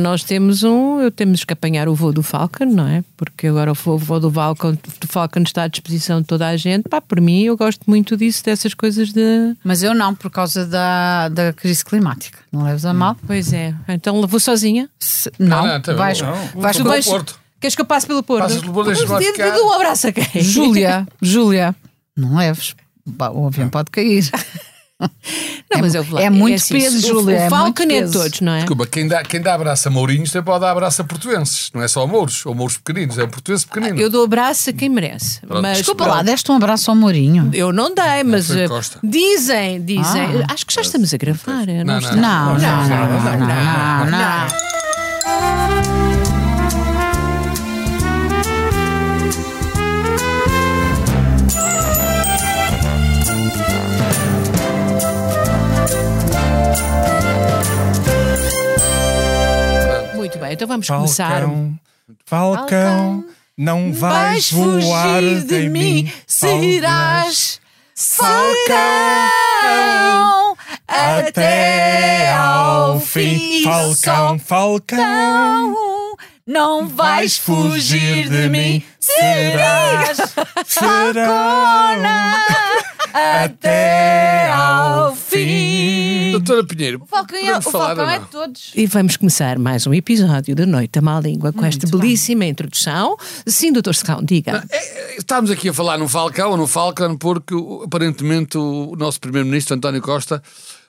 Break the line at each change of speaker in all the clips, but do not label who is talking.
Nós temos um, eu temos que apanhar o voo do Falcon, não é? Porque agora o voo, o voo do, Falcon, do Falcon está à disposição de toda a gente. Pá, por mim, eu gosto muito disso, dessas coisas de.
Mas eu não, por causa da, da crise climática. Não leves a mal?
Pois é. Então vou sozinha.
Se- não,
não, tá bom,
vais,
não.
vais
Tu
Tu
Vou
vais-
ao Porto.
Queres que eu passe pelo Porto?
Passas pelo Porto, deixa-me lá
Dentro
ficar.
de um abraço a quem?
Júlia, Júlia, não leves. Ba- O
Ah.
avião pode cair.
Não,
É
mas
mu-
eu vou lá.
é muito
assim,
peso,
o-
Júlia,
O
é
Falcon
muito
é de
peso.
todos, não é?
Desculpa, quem dá, quem dá abraço a mourinhos também pode dar abraço a portuenses. Não é só a mouros ou mouros pequeninos, é portuenses pequeninos.
Eu dou abraço a quem merece. Mas,
Desculpa
pronto,
lá, deste um abraço ao Mourinho.
Eu não dei, mas
foi
eh,
Costa.
dizem, dizem.
Ah.
Acho que já estamos a gravar. eh, não
Não, não,
está?
Não, não, não, não, não, não.
Muito bem, então vamos começar.
Falcão, não vais voar de mim.
serás
Falcão, até ao fim. Falcão, Falcão,
não
vais fugir de mim. Serás Falcona até ao fim.
Doutora Pinheiro,
Falcão é-
podemos
o
falar
Falcão
ou
é
não?
de todos.
E vamos começar mais um episódio da Noite da Má Língua com esta belíssima introdução. Sim, doutor Secão, diga.
É, é, Estamos aqui a falar no Falcão, no Falcon, porque o- aparentemente o nosso Primeiro-Ministro António Costa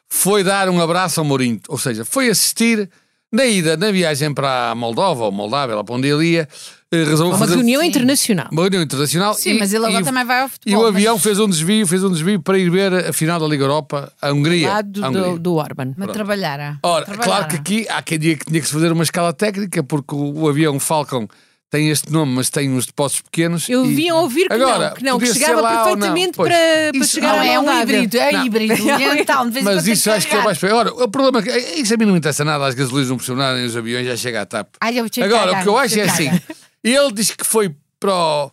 foi dar um abraço ao Mourinho, ou seja, foi assistir na ida, na viagem para a Moldova ou Moldávia, lá para onde ele ia, eh, resolveu
Uma
fazer
reunião internacional.
uma reunião internacional.
Sim, mas ele agora também vai ao futebol.
E o
mas-
avião fez um desvio, fez um desvio para ir ver a final da Liga Europa, a Hungria.
Lá do,
a Hungria.
do, do Orban.
Mas trabalhará.
Ora, é
Trabalhará.
claro que aqui há quem diga que tinha que se fazer uma escala técnica, porque o, o avião Falcon tem este nome, mas tem uns depósitos pequenos.
Eu
e-
vim a ouvir que
Agora,
não, que não, que
podia ser
chegava
lá ou não.
perfeitamente
Pois,
para, para
isso-
chegar
Não,
à
é um
Moldávia.
híbrido, é
Não.
híbrido. E então, de vez em
Mas
quando tem
isso acho que é
carregar.
mais. Ora, o problema é que isso a mim não me interessa nada, as gasolinas não funcionarem, um os aviões já chega à TAP.
Ai, eu te
Agora,
cagar,
o que eu acho
te
é assim:
cagar.
ele diz que foi para o.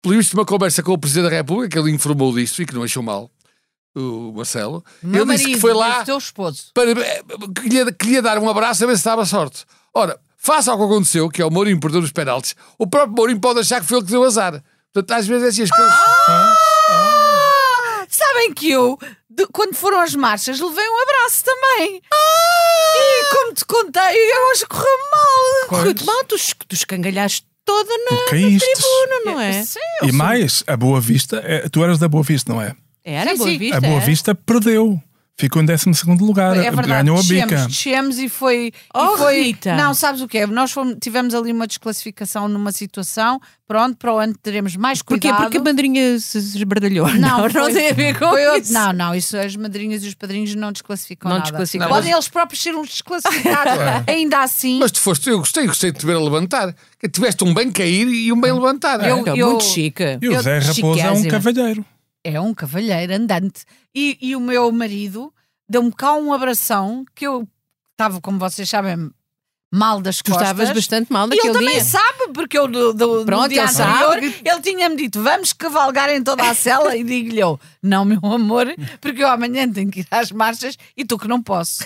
Pelo visto, uma conversa com o Presidente da República, que ele informou disto e que não achou mal, o Marcelo.
Meu
ele disse que
marido,
foi lá
o Teu esposo.
para, eh, que, lhe, que lhe ia dar um abraço a ver se dava sorte. Ora, faça ao que aconteceu, que é o Mourinho perdeu os penaltis, o próprio Mourinho pode achar que foi ele que deu azar. Portanto, às vezes é assim as coisas.
Ah, Sabem que eu, de- quando foram as marchas, levei um abraço também. Ah, E como te contei, eu hoje correu mal.
Correu-te mal, tu, es- tu escangalhaste toda na
Tu caíste.
tribuna, não é?
Sim,
é E mais, a Boa Vista, é- tu eras da Boa Vista, não é?
Era
Sim,
boa
sim.
vista.
A Boa
era?
Vista perdeu. Ficou em 12 lugar.
É verdade,
ganhou a
descemos,
bica.
descemos e foi.
Oh,
e foi
Rita.
Não, sabes o que é? Nós fomos- tivemos ali uma desclassificação numa situação. Pronto, para o ano teremos mais
Porquê?
cuidado.
Porque a bandeirinha se esbardalhou.
Não,
Não, não,
foi-
tem a ver com
Foi outro-
isso.
Não, não, isso as madrinhas e os padrinhos não desclassificam
Não
nada.
desclassificam.
Podem eles próprios ser uns desclassificados. Ainda assim,
Mas tu foste, eu gostei, gostei de te ver a levantar. Que tiveste um bem cair e um bem levantar.
Ah,
Eu-
então,
eu-
Muito chique.
E o
Eu-
Zé Raposo é um
chiquésima.
cavalheiro.
é um cavalheiro andante. E, e o meu marido deu-me cá um abração que eu estava, como vocês sabem, mal das
Tu
costas.
estavas bastante mal
E ele
naquele
também
dia.
sabe, porque eu do, do,
Pronto,
no dia
ele sabe
anterior, ele tinha-me dito, vamos cavalgar em toda a cela e digo-lhe eu, não meu amor, porque eu amanhã tenho que ir às marchas e tu que não posso.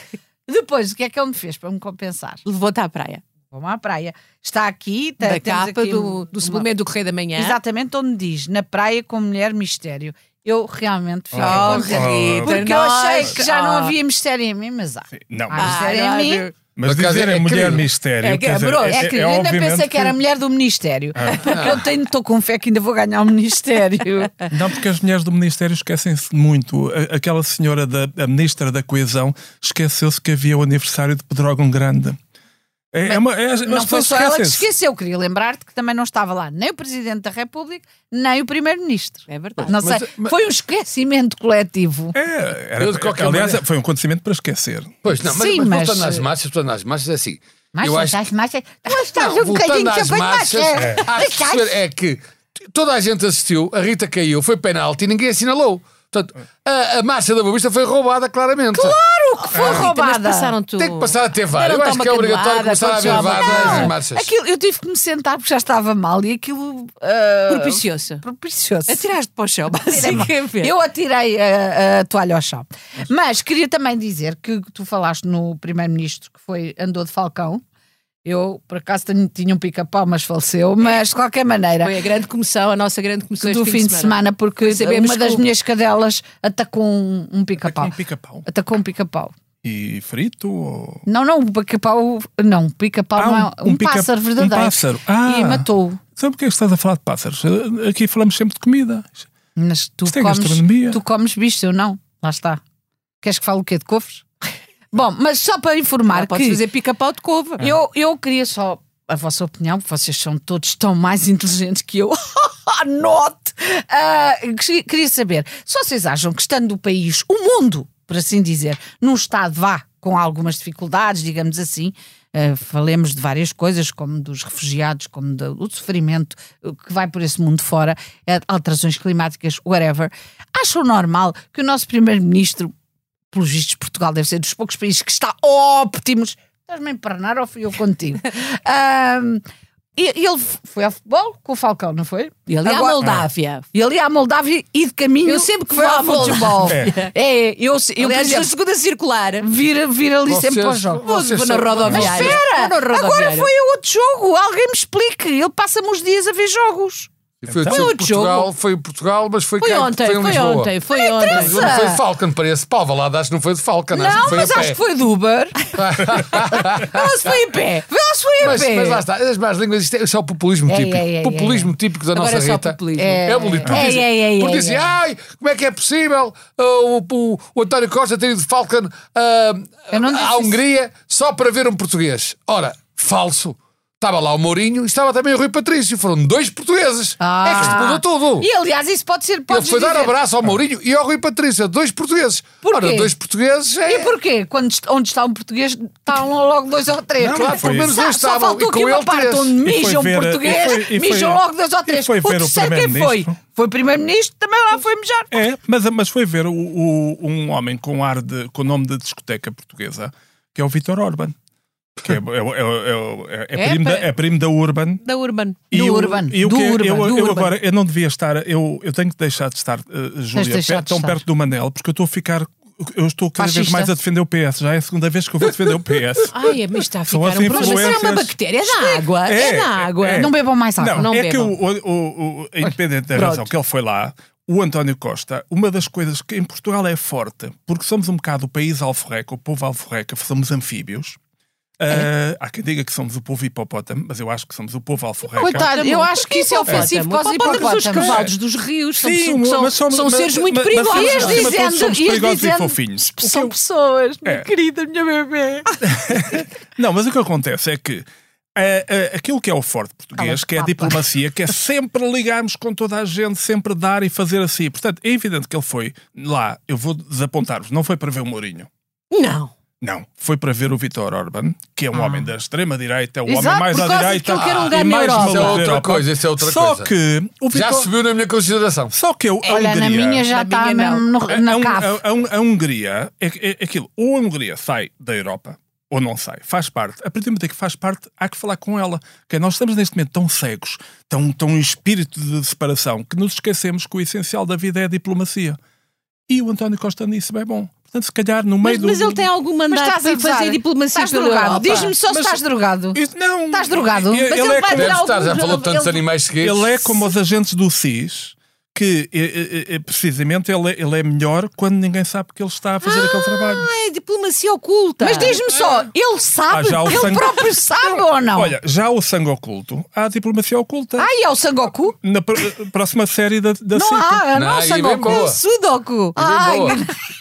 Depois, o que é que ele me fez para me compensar?
Levou-te à praia.
Vamos à praia. Está aqui, tá-
da
temos
capa
aqui
do, do
uma-
suplemento do Correio da
É?
Manhã.
Exatamente onde diz, na praia com mulher mistério. Eu realmente fiquei
Oh,
contente.
Rita,
Porque eu
nós-
achei que já não
Ah.
havia mistério em mim, mas há.
Não,
Ah,
mas,
mistério em mim.
mas
Por acaso
dizer
é
é mulher
querido.
mistério.
É
quer dizer,
cabroso.
É que eu ainda
obviamente
pensei que era a mulher do Ministério. Porque eu tenho- estou com fé que ainda vou ganhar o Ministério.
Não, porque as mulheres do Ministério esquecem-se muito. A- Aquela senhora, da, a Ministra da Coesão, esqueceu-se que havia o aniversário de Pedrógão Grande. É, é uma, é, as
Não foi
pessoas
só ela que se
esquecem-se.
esqueceu. Queria lembrar-te que também não estava lá nem o Presidente da República, nem o Primeiro-Ministro.
É verdade.
Não
Mas-
sei.
mas-
Foi um esquecimento coletivo.
É, era-
Eu, de qualquer
aliás,
maneira-
foi um acontecimento para esquecer.
Pois não, mas,
Sim,
mas,
mas-
voltando às marchas, voltando às marchas é assim.
Mas
eu acho
estás, mas tu estás
Não,
um bocadinho
voltando às marchas, há que perceber é que toda a gente assistiu, a Rita caiu, foi penalti e ninguém assinalou. Portanto, a, a marcha da Boa Vista foi roubada claramente.
Claro que foi
Rita, mas
roubada.
passaram-te
Tem que passar a ter VAR.
Deram-te
Eu acho
uma
que é obrigatório
canelada,
começar a haver
aconteceu
VAR
uma coisa.
nas
Não,
marchas.
aquilo, eu tive que me sentar porque já estava mal e aquilo. ah,
Propiciosa.
propiciou-se.
Atiraste para o chão, basicamente.
Eu atirei a, a toalha ao chão. Mas queria também dizer que tu falaste no primeiro-ministro que foi andou de Falcão. Eu, por acaso, tenho- tinha um pica-pau, mas faleceu. Mas, de qualquer maneira,
Foi a grande comissão, a nossa grande comissão
do
este
fim de semana, porque
Sabemos
uma das
que o-
minhas cadelas atacou um, um
Com
pica-pau.
um pica-pau.
Atacou um pica-pau.
E frito? Ou...
Não, não, um pica-pau. Não, pica-pau
Ah,
não é um,
pica-
pássaro verdadeiro.
Um pássaro. Ah,
E matou-o.
Sabe porquê que estás a falar de pássaros? Aqui falamos sempre de comida.
Mas tu
Isto é gastronomia.
comes, tu comes bicho, eu não. Lá está. Queres que fale o quê? De couves? Bom, mas só para informar
Não podes
que
fazer pica-pau de couve.
eu, eu queria só a vossa opinião, porque vocês são todos tão mais inteligentes que eu. Note! Ah, que- queria saber se vocês acham que estando o país, o mundo, por assim dizer, num estado vá com algumas dificuldades, digamos assim, ah, falemos de várias coisas, como dos refugiados, como do, do sofrimento eh, que vai por esse mundo fora, eh, alterações climáticas, whatever. Acham normal que o nosso primeiro-ministro pelos vistos, Portugal deve ser dos poucos países que está óptimos. Estás-me a empernar ou fui eu contigo? Ahm, e- e ele f- foi ao futebol com o Falcão, não foi?
E ali há a
Agora-
Moldávia.
E ali à Moldávia e de caminho.
Eu sempre que
foi
vou à
ao futebol.
Moldávia.
É, eu, eu por
Aliás, na
exemplo,
segunda circular.
vir, vir ali sempre para o
Vocês-
jogo.
Vou
Vocês
vou na
são-
rodoviária.
Mas espera,
Vou na
Agora
rodoviária.
foi a outro jogo. Alguém me explique. Ele passa-me os dias a ver jogos.
Foi,
Então,
foi
outro
Portugal, foi o Portugal, mas foi,
Foi
cá,
ontem,
foi, em
foi
Lisboa.
ontem, foi
Mas
ontem.
Não foi Falcon, parece. Pau, Valada, acho que não foi de Falcon, acho que
Não,
foi
mas
a pé.
acho que foi de Uber.
Ela se foi em pé.
Ela se foi a
Mas,
pé.
mas lá está, as más línguas, isto é só populismo
É,
típico.
é, é, é,
populismo típico da
Agora
nossa
é só
Rita.
populismo.
É, bonito. Porque
é,
dizem,
é, é, é,
porque
é.
dizem, ai, como é que é possível ah, o, o- o António Costa ter ido de Falcon ah,
Eu não disse
à
isso.
Hungria só para ver um português? Ora, falso. Estava lá o Mourinho e estava também o Rui Patrício. Foram dois portugueses. É que
Ah.
explodiu tudo.
E aliás, isso pode ser.
Ele
podes
foi dar
dizer.
abraço ao Mourinho e ao Rui Patrício. Dois portugueses. Ora, dois portugueses é...
E porquê? Quando, est- onde está um português, estão logo dois ou três.
Não,
Claro,
mas foi
pelo
isso.
menos
Só-
só,
estavam,
faltou
e com
aqui uma
ele
parte
três.
onde
E
foi
mijam um
ver a-
português,
e foi- e foi-
mijam logo dois ou
e
três.
foi
o
ver o
terceiro quem foi?
primeiro-ministro.
Foi primeiro-ministro, também lá foi mijar.
É, mas, mas foi ver o- o- um homem com ar de, com nome de discoteca portuguesa, que é o Vítor Orban. Que é, é, é, é, é, é,
É,
primo, da,
pa-
é primo da Urban.
Da Urban.
E
Do
eu-
Urban,
eu
do
que- é,
Urban,
eu,
do
eu
Urban.
agora eu não devia estar, eu, eu tenho que deixar de estar, eh, Júlia,
deixar
perto-
de
tão
estar.
perto do Manel, porque eu estou a ficar, eu estou cada vez
Fascista.
mais a defender o PS. Já é a segunda vez que eu vou defender o PS.
Ai, mas está a
São
ficar
as
um problema. Mas será uma
influências.
bactéria? É da água. É,
É,
da água.
é.
Não bebam mais água.
Não,
não
é
bebam.
que o, o- o- o- independente da razão que ele foi lá, o António Costa, uma das coisas que em Portugal é forte, porque somos um bocado o país alforreca, o povo alforreca, somos anfíbios.
É.
Ah, há quem diga que somos o povo hipopótamo, mas eu acho que somos o povo alforreca.
Tá,
Coitado, eu acho que isso é
Hipopótamo.
ofensivo para os
Hipopótamos, os
hipopótamos.
cavalos dos rios são,
Sim,
são- são,
mas somos-
são
mas-
seres muito
mas- mas
perigosos.
somos-
Ias
acima de tudo,
dizendo,
somos
ias
perigosos e
dizendo-
fofinhos.
São
Eu-
pessoas,
É.
minha querida, minha bebê.
Não, mas o que acontece é que eh, eh, aquilo que é o forte português,
Cala-te,
que é a
papa.
diplomacia, que é sempre ligarmos com toda a gente, sempre dar e fazer assim. Portanto, é evidente que ele foi lá, eu vou desapontar-vos, não foi para ver o Mourinho.
Não.
Não, foi para ver o Vítor Orban, que é um homem da extrema-direita, é o
Ah. Exato,
homem mais
por
à
causa de
direita. Ah,
que ele quer um lugar
e
na
mais
Europa.
maluco
Isso é outra
da Europa.
coisa, isso é outra
Só
coisa.
que o
Já
Vítor...
subiu na minha consideração.
Só que É. eu, a
Olha, na
Hungria-
minha já
Na
está
minha
mesmo
não.
no-
a,
na
a-
cave.
a- a- a Hungria é, é- é aquilo. Ou a Hungria sai da Europa, ou não sai. Faz parte. A partir do momento em que faz parte, há que falar com ela. Que nós estamos neste momento tão cegos, tão, tão em espírito de separação, que nos esquecemos que o essencial da vida é a diplomacia. E o António Costa nisso é bom. Portanto, se calhar no meio
Mas,
do.
mas ele tem algum mandato
estás a
para ir fazer
gozar.
diplomacia
Estás
pela
drogado.
Europa?
Diz-me só se
Mas-
estás drogado.
Isso- não.
Estás drogado?
Ele,
Mas
ele
ele
é
vai
como-
dar
Deve estar, já
algum-
falou de tantos
ele-
animais seguidos.
Ele é como os agentes do SIS, que eh, eh, eh, precisamente ele, é- ele é melhor quando ninguém sabe que ele está a fazer aquele trabalho.
Ah, é diplomacia oculta.
Mas diz-me só, ele
Ah,
sabe?
já o
Ele
sangue-
próprio sabe ou não?
Olha, já o sangue oculto, há a diplomacia oculta.
Ai, é o Sangoku?
Na pr- eh, próxima série da, da
Não
SIC.
há,
Não,
não há
e bem boa.
Sangoku. É
Sudoku.
E bem
Ai,
boa.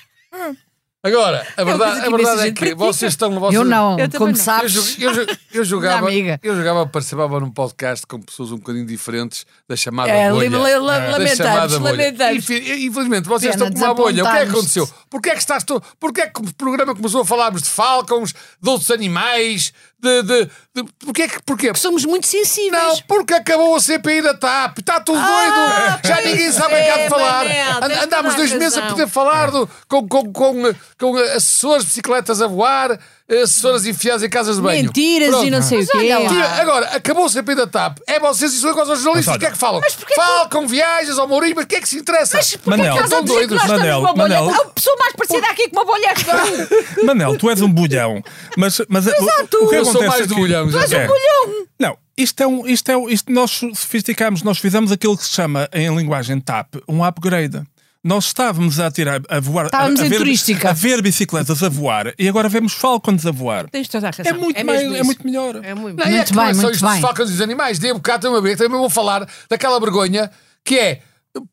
Agora, a verdade,
coisa
a
que
verdade
imensa
é
gente
que
pratica.
vocês estão. Vocês,
assim, Eu não,
Eu também
como
não.
Eu,
sabes.
ju- eu, ju- eu jogava,
amiga.
eu jogava, participava num podcast com pessoas um bocadinho diferentes da chamada
É,
bolha.
li- li- li-
Da
lamentamos,
chamada bolha.
lamentamos.
Infi- Infelizmente, vocês
Pena,
estão com uma bolha. O que é que
desapontados.
aconteceu? Porquê é que estás to... Porquê é que o programa começou a falarmos de falcons, de outros animais, de... de, de... Porquê é que... Porquê?
Somos muito sensíveis.
Não, porque acabou a CPI da TAP. Está tudo
Ah,
doido. Já
pois
ninguém sabe o
é,
que há de falar.
Manel,
And-
tens
Andámos
toda a
dois meses a
razão.
poder falar do- com, com, com, com assessores de bicicletas a voar assessoras enfiadas em casas de banho.
Mentiras
Pronto.
e não sei o quê.
olha lá.
Tira- agagora, acabou o a da TAP. É vocês e são iguais aos jornalistas.
Mas
O que é
olha-
que falam?
Mas porquê que-
Falcam, viagens ao Mourinho, mas o que é que se interessa?
Mas por
Manel,
que estás a
tão
dizer que
doidos.
nós estamos
Manel,
numa bolha?
Manel.
A pessoa mais parecida aqui com uma bolha é
um
tu.
Manel, tu és um bulhão. Mas, mas
Exato.
o que
Eu sou
acontece
mais
aqui-
do Williams.
Tu és um
É.
Bolhão.
Não, isto é um. Isto é, um- isto nós sofisticámos, nós fizemos aquilo que se chama em linguagem TAP um upgrade. Nós estávamos a tirar a voar.
Estávamos
a, a
em
ver,
turística.
A ver bicicletas a voar e agora vemos Falcons a voar.
Tens toda a razão.
É muito, mais,
mesmo
é
isso.
muito melhor.
É muito.
Não, e é
Muito
que não
bem,
é só
muito
isto
bem.
dos falcões e dos animais. Dei um bocado também, uma vez, também vou falar daquela vergonha que é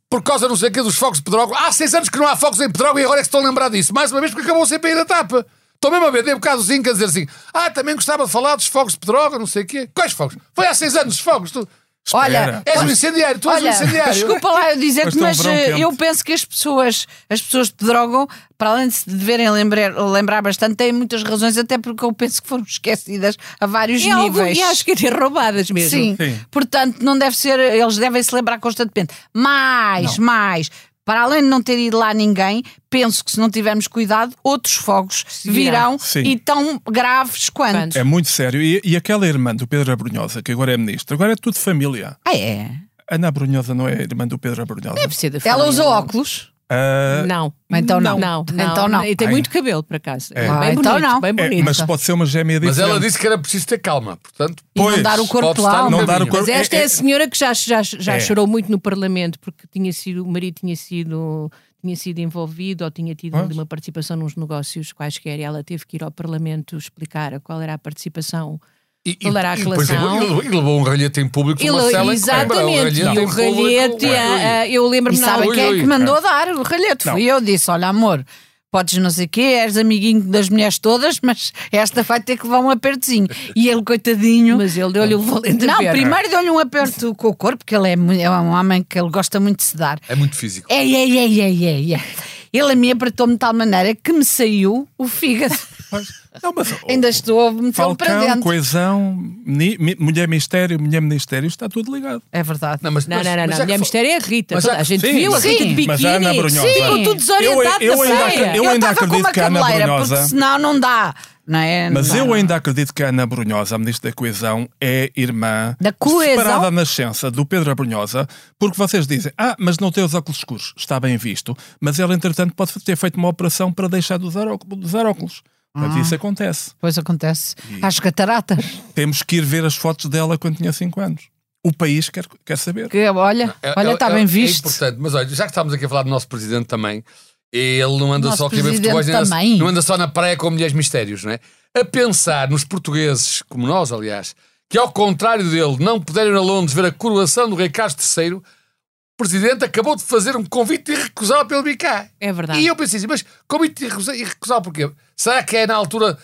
por causa não sei o quê dos focos de Pedrógão. Há seis anos que não há focos em Pedrógão e agora é que se estão a lembrar disso. Mais uma vez porque acabou sempre a ir a tapa. Estou mesmo a ver, dei um bocadozinho a dizer assim: Ah, também gostava de falar dos fogos de Pedrógão, não sei o quê. Quais fogos? Foi há seis anos os fogos. Tu
Olha,
és um incendiário, tu és um
Olha,
incendiário.
desculpa lá eu dizer-te,
Mas
mas,
tão verão
eh,
quente.
eu penso que as pessoas, as pessoas de Pedrógão, para além de se deverem lembrar, lembrar bastante, têm muitas razões, até porque eu penso que foram esquecidas a vários
E, algum-
níveis.
e acho que até roubadas mesmo.
Sim.
Sim.
Portanto, não deve ser, eles devem se lembrar constantemente. Mais, mais. Para além de não ter ido lá ninguém, penso que se não tivermos cuidado, outros fogos
virão.
virão
Sim.
e tão graves quanto.
Quanto?
É muito sério. E, e aquela irmã do Pedro Abrunhosa, que agora é ministra, agora é tudo família.
Ah, é?
Ana Abrunhosa não é a irmã do Pedro Abrunhosa.
Deve ser da
Ela
família.
usou óculos?
Ah,
Não.
Então não.
Não, não.
Então não.
E tem
Ai.
muito cabelo, por acaso. É.
Ah,
Bem bonito,
então não.
bem
é,
bonito.
mas pode ser uma gêmea
Mas
diferente.
ela disse que era preciso ter calma, portanto.
E não
Pois,
dar o corpo
pode
lá.
estar no
Não dar o
caminho.
corpo-
Mas esta é,
é-
a senhora que já, já, já
É.
chorou muito no Parlamento porque tinha sido, o marido tinha sido, tinha sido envolvido ou tinha tido
Pois.
uma participação nos negócios quaisquer e ela teve que ir ao Parlamento explicar qual era a participação.
E,
Qual era a
por
relação?
exemplo, ele, ele levou um ralhete em público
Ele-
para Marcelo em Coimbra.
exatamente, e o
em público- é.
ralhete, a- a- eu
E
lembro-me na
sabem
altura-
Ui,
quem é
ui.
que mandou dar o ralhete? Fui eu, disse: Olha, amor, podes não sei o quê, és amiguinho das mulheres todas, mas esta vai ter que levar um apertozinho. E ele, coitadinho.
mas ele deu-lhe o valente
não,
a perna.
primeiro deu-lhe um aperto com o corpo, porque ele é, mu- é um homem que ele gosta muito de se dar.
É muito físico.
Ei, ei, ei, ei, ei, ei. é, Ele a mim apertou-me de tal maneira que me saiu o fígado.
Pois. Não, mas,
Ainda estou a meter-me para
Falcão,
dentro.
coesão, ni- mi- mulher mistério, mulher ministério, está tudo ligado.
É verdade.
Não, mas,
Não,
mas-
não, não,
mas
não.
já
a
que
Mulher
fa-
Mistério é a Rita.
Mas
Toda
já-
a gente
sim,
viu a
sim.
Rita de biquíni.
Mas a Ana Brunhosa-
Sim,
Ficou tudo
Eu-
desorientado
eu
da
ainda-
feira.
eu ainda
estava com uma
acredito que a Ana
cabeleira,
Brunhosa-
porque senão não dá. Não é?
Mas
Não
eu
dá.
ainda acredito que a Ana Brunhosa, a ministra da Coesão, é irmã
Da coesão?
separada à nascença do Pedro Abrunhosa, porque vocês dizem, ah, mas não tem os óculos escuros, está bem visto, mas ela, entretanto, pode ter feito uma operação para deixar de usar, óculos- de usar óculos. Portanto, isso acontece.
Pois acontece. Às cataratas.
Temos que ir ver as fotos dela quando tinha 5 anos. O país quer, quer saber.
Que, olha,
É-
olha,
é-
está
é-
bem
É
visto.
importante, mas olha, já que estamos aqui a falar do nosso presidente também, ele não anda
Nosso
só aqui a ver
presidente
futebol, nem anda-
também.
não anda só na praia com mulheres mistérios, não é? A pensar nos portugueses, como nós, aliás, que ao contrário dele não puderam ir a Londres ver a coroação do rei Carlos III, o presidente acabou de fazer um convite irrecusável pelo BK.
É verdade.
E eu pensei assim, mas convite irrecusa- irrecusável porquê? Será que é na altura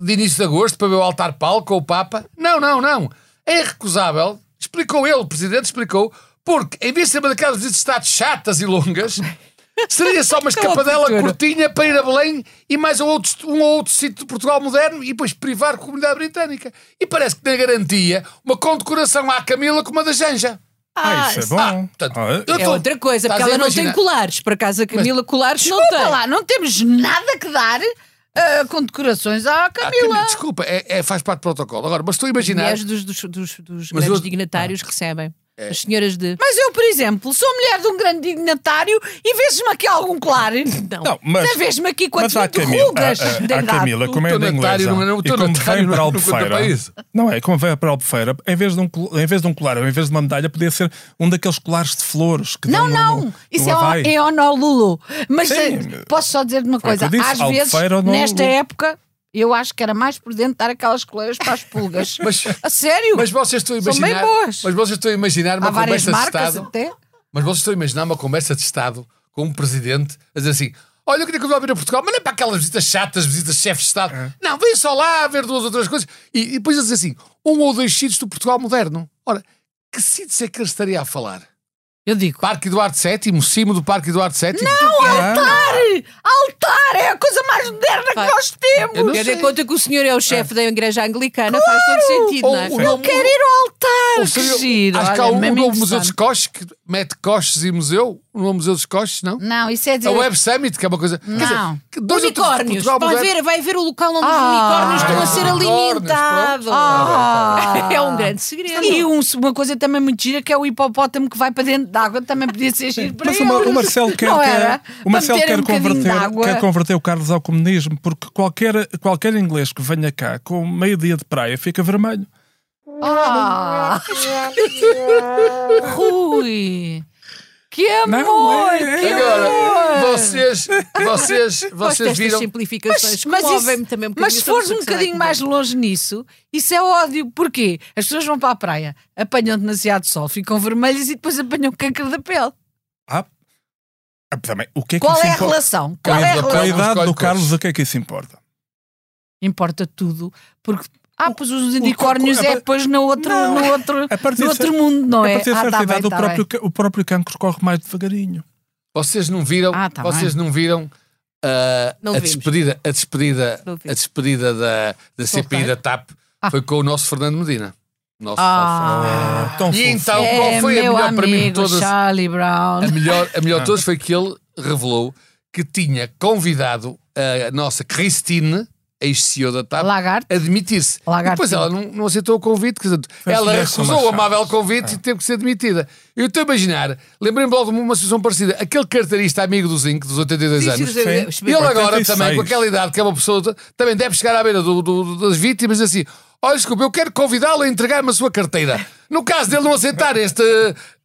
de início de agosto para ver o altar palco com o Papa? Não, não, não. É irrecusável. Explicou ele, o presidente explicou, porque em vez de ser uma daquelas visitas de Estado chatas e longas, seria só uma escapadela
abertura.
curtinha para ir a Belém e mais a outros- um ou outro sítio de Portugal moderno e depois privar a comunidade britânica. E parece que na garantia uma condecoração à Camila como a da Janja.
Ah, isso é bom.
ah, portanto,
Ah,
eu
É
tô-
outra coisa,
estás
porque
a
ela não tem
imaginar.
colares. Por acaso a Camila colares não
Desculpa
tem.
lá, não temos nada que dar ah, com decorações à
Ah,
Camila.
Camila, desculpa, é, é- faz parte do protocolo. Agora, mas estou a imaginar.
mulheres dos, dos, dos, dos
Mas
grandes
eu-
dignatários
Ah.
recebem.
É.
As senhoras de.
Mas eu, por exemplo, sou mulher de um grande dignatário e vejo-me aqui algum claro.
Não.
Não, mas...
Até vejo-me aqui quanto
Mas há a
muito
Camila,
rugas.
a- a-
tem
a
dado.
Camila, como é
teu
da
notário
inglesa,
não é- o
e
teu
como
notário
vem
não-
para
não
Albufeira,
conta para isso.
não é, como vem para Albufeira, em vez de um, col- em vez de um colar, ou em vez de uma medalha, podia ser um daqueles colares de flores que
Não,
dão no-
não,
no-
isso
no
é,
Havaí.
o- é Honolulu. Mas
Sim.
eh, posso só dizer-te uma
Foi o que
coisa:
eu disse,
às vezes,
Albufeira, Honolulu.
nesta época, eu acho que era mais prudente dar aquelas coleiras para as pulgas.
Mas-
a sério?
Mas vocês estão a
São bem
imaginar.
boas.
Mas vocês estão a imaginar uma
Há várias
conversa de
marcas
Estado.
até.
Mas vocês estão a imaginar uma conversa de Estado com um presidente a dizer assim: Olha, eu queria que eu vá vir a Portugal, mas não é para aquelas visitas chatas, visitas de chefes de Estado. Não, vem só lá ver duas ou três coisas. E, e depois a dizer assim: um ou dois sítios do Portugal moderno. Ora, que sítios é que ele estaria a falar?
Eu digo.
Parque Eduardo VII, cimo do Parque Eduardo VII.
Não,
Altar! Altar é a coisa mais moderna
Pá,
que nós
Eu
temos!
não em conta que o senhor é o
Ah.
chefe da igreja anglicana, faz todo sentido,
Ou-
não é?
ou-
Eu quero ir ao altar!
Ou seja,
que giro,
acho que
olha,
há um
mesmo
novo Museu dos
interessante.
Coches que mete coches e museu. O novo Museu dos Coches, não?
Não, isso é
A
dizer.
Web Summit, que é uma coisa. Quer dizer,
Não.
que dois ou três de
unicórnios.
Portugal
Vai
é-
moderno.
ver, vai ver o local onde
Ah.
os unicórnios estão a ser
Ah.
alimentados.
Ah.
É um grande segredo.
E um- uma coisa também muito gira que é o hipopótamo que vai para dentro de água, também podia ser giro para
Mas o, Ma- o
eles.
Marcelo quer,
Não era?
quer, o
Para
Marcelo
meterem
quer,
um bocadinho de
converter,
água.
quer converter o Carlos ao comunismo, porque qualquer, qualquer inglês que venha cá com meio dia de praia fica vermelho.
Ah. Rui! Que amor!
Não, é-
que
é-
Agora, vocês, vocês,
Gosto
vocês
destas
viram.
simplificações.
mas, isso-
comovem-me também um
mas se
bocadinho,
fores
sou uma pessoa
um
que
bocadinho
sai
mais longe nisso, isso é ódio. Porquê? As pessoas vão para a praia, apanham demasiado sol, ficam vermelhas e depois apanham cancro da pele.
Ah, ah, também, o que é que
Qual
isso
é a
importa?
relação? Qual é
Cancro
a
da
Com
relação?
a
pele. Escolhe
idade do
cores.
Carlos, o que é que isso importa?
Importa tudo. Porque, ah, pois os
o-
unicórnios
a
é
par-
depois no outro,
Não.
no outro,
A partir
no
de
outro
cer-
mundo, não é?
a partir de
Ah,
certa
tá
idade,
bem,
o,
tá
próprio,
bem.
ca- o próprio cancro corre mais devagarinho.
Vocês não viram,
Ah, tá
vocês não viram ah,
Não
a
vimos.
despedida, a despedida,
Não
a
vimos. Ah.
despedida da, da CPI da TAP foi com o nosso Fernando Medina. Nosso
Ah.
Ah, tão
E
fofinho.
então, qual
É,
foi a
meu
melhor
amigo
para mim de todas?
Charlie Brown.
A melhor, a melhor de todas foi que ele revelou que tinha convidado a nossa Christine, ex-CEO da TAP,
Lagarto.
a admitir-se. E
Lagarto.
Depois ela não, não aceitou o convite, quer dizer, ela
mulheres são
recusou o
mais
amável convite e teve que ser demitida. Eu estou a imaginar, lembrei-me logo de uma situação parecida, aquele carteirista amigo do Zinc, dos
É,
82
Sim, sim,
anos,
sim.
Sim.
ele agora
86.
também, com aquela idade que é uma pessoa, também deve chegar à beira do- do- das vítimas e assim: olha, desculpa, eu quero convidá-lo a entregar-me a sua carteira. No caso dele não aceitar este,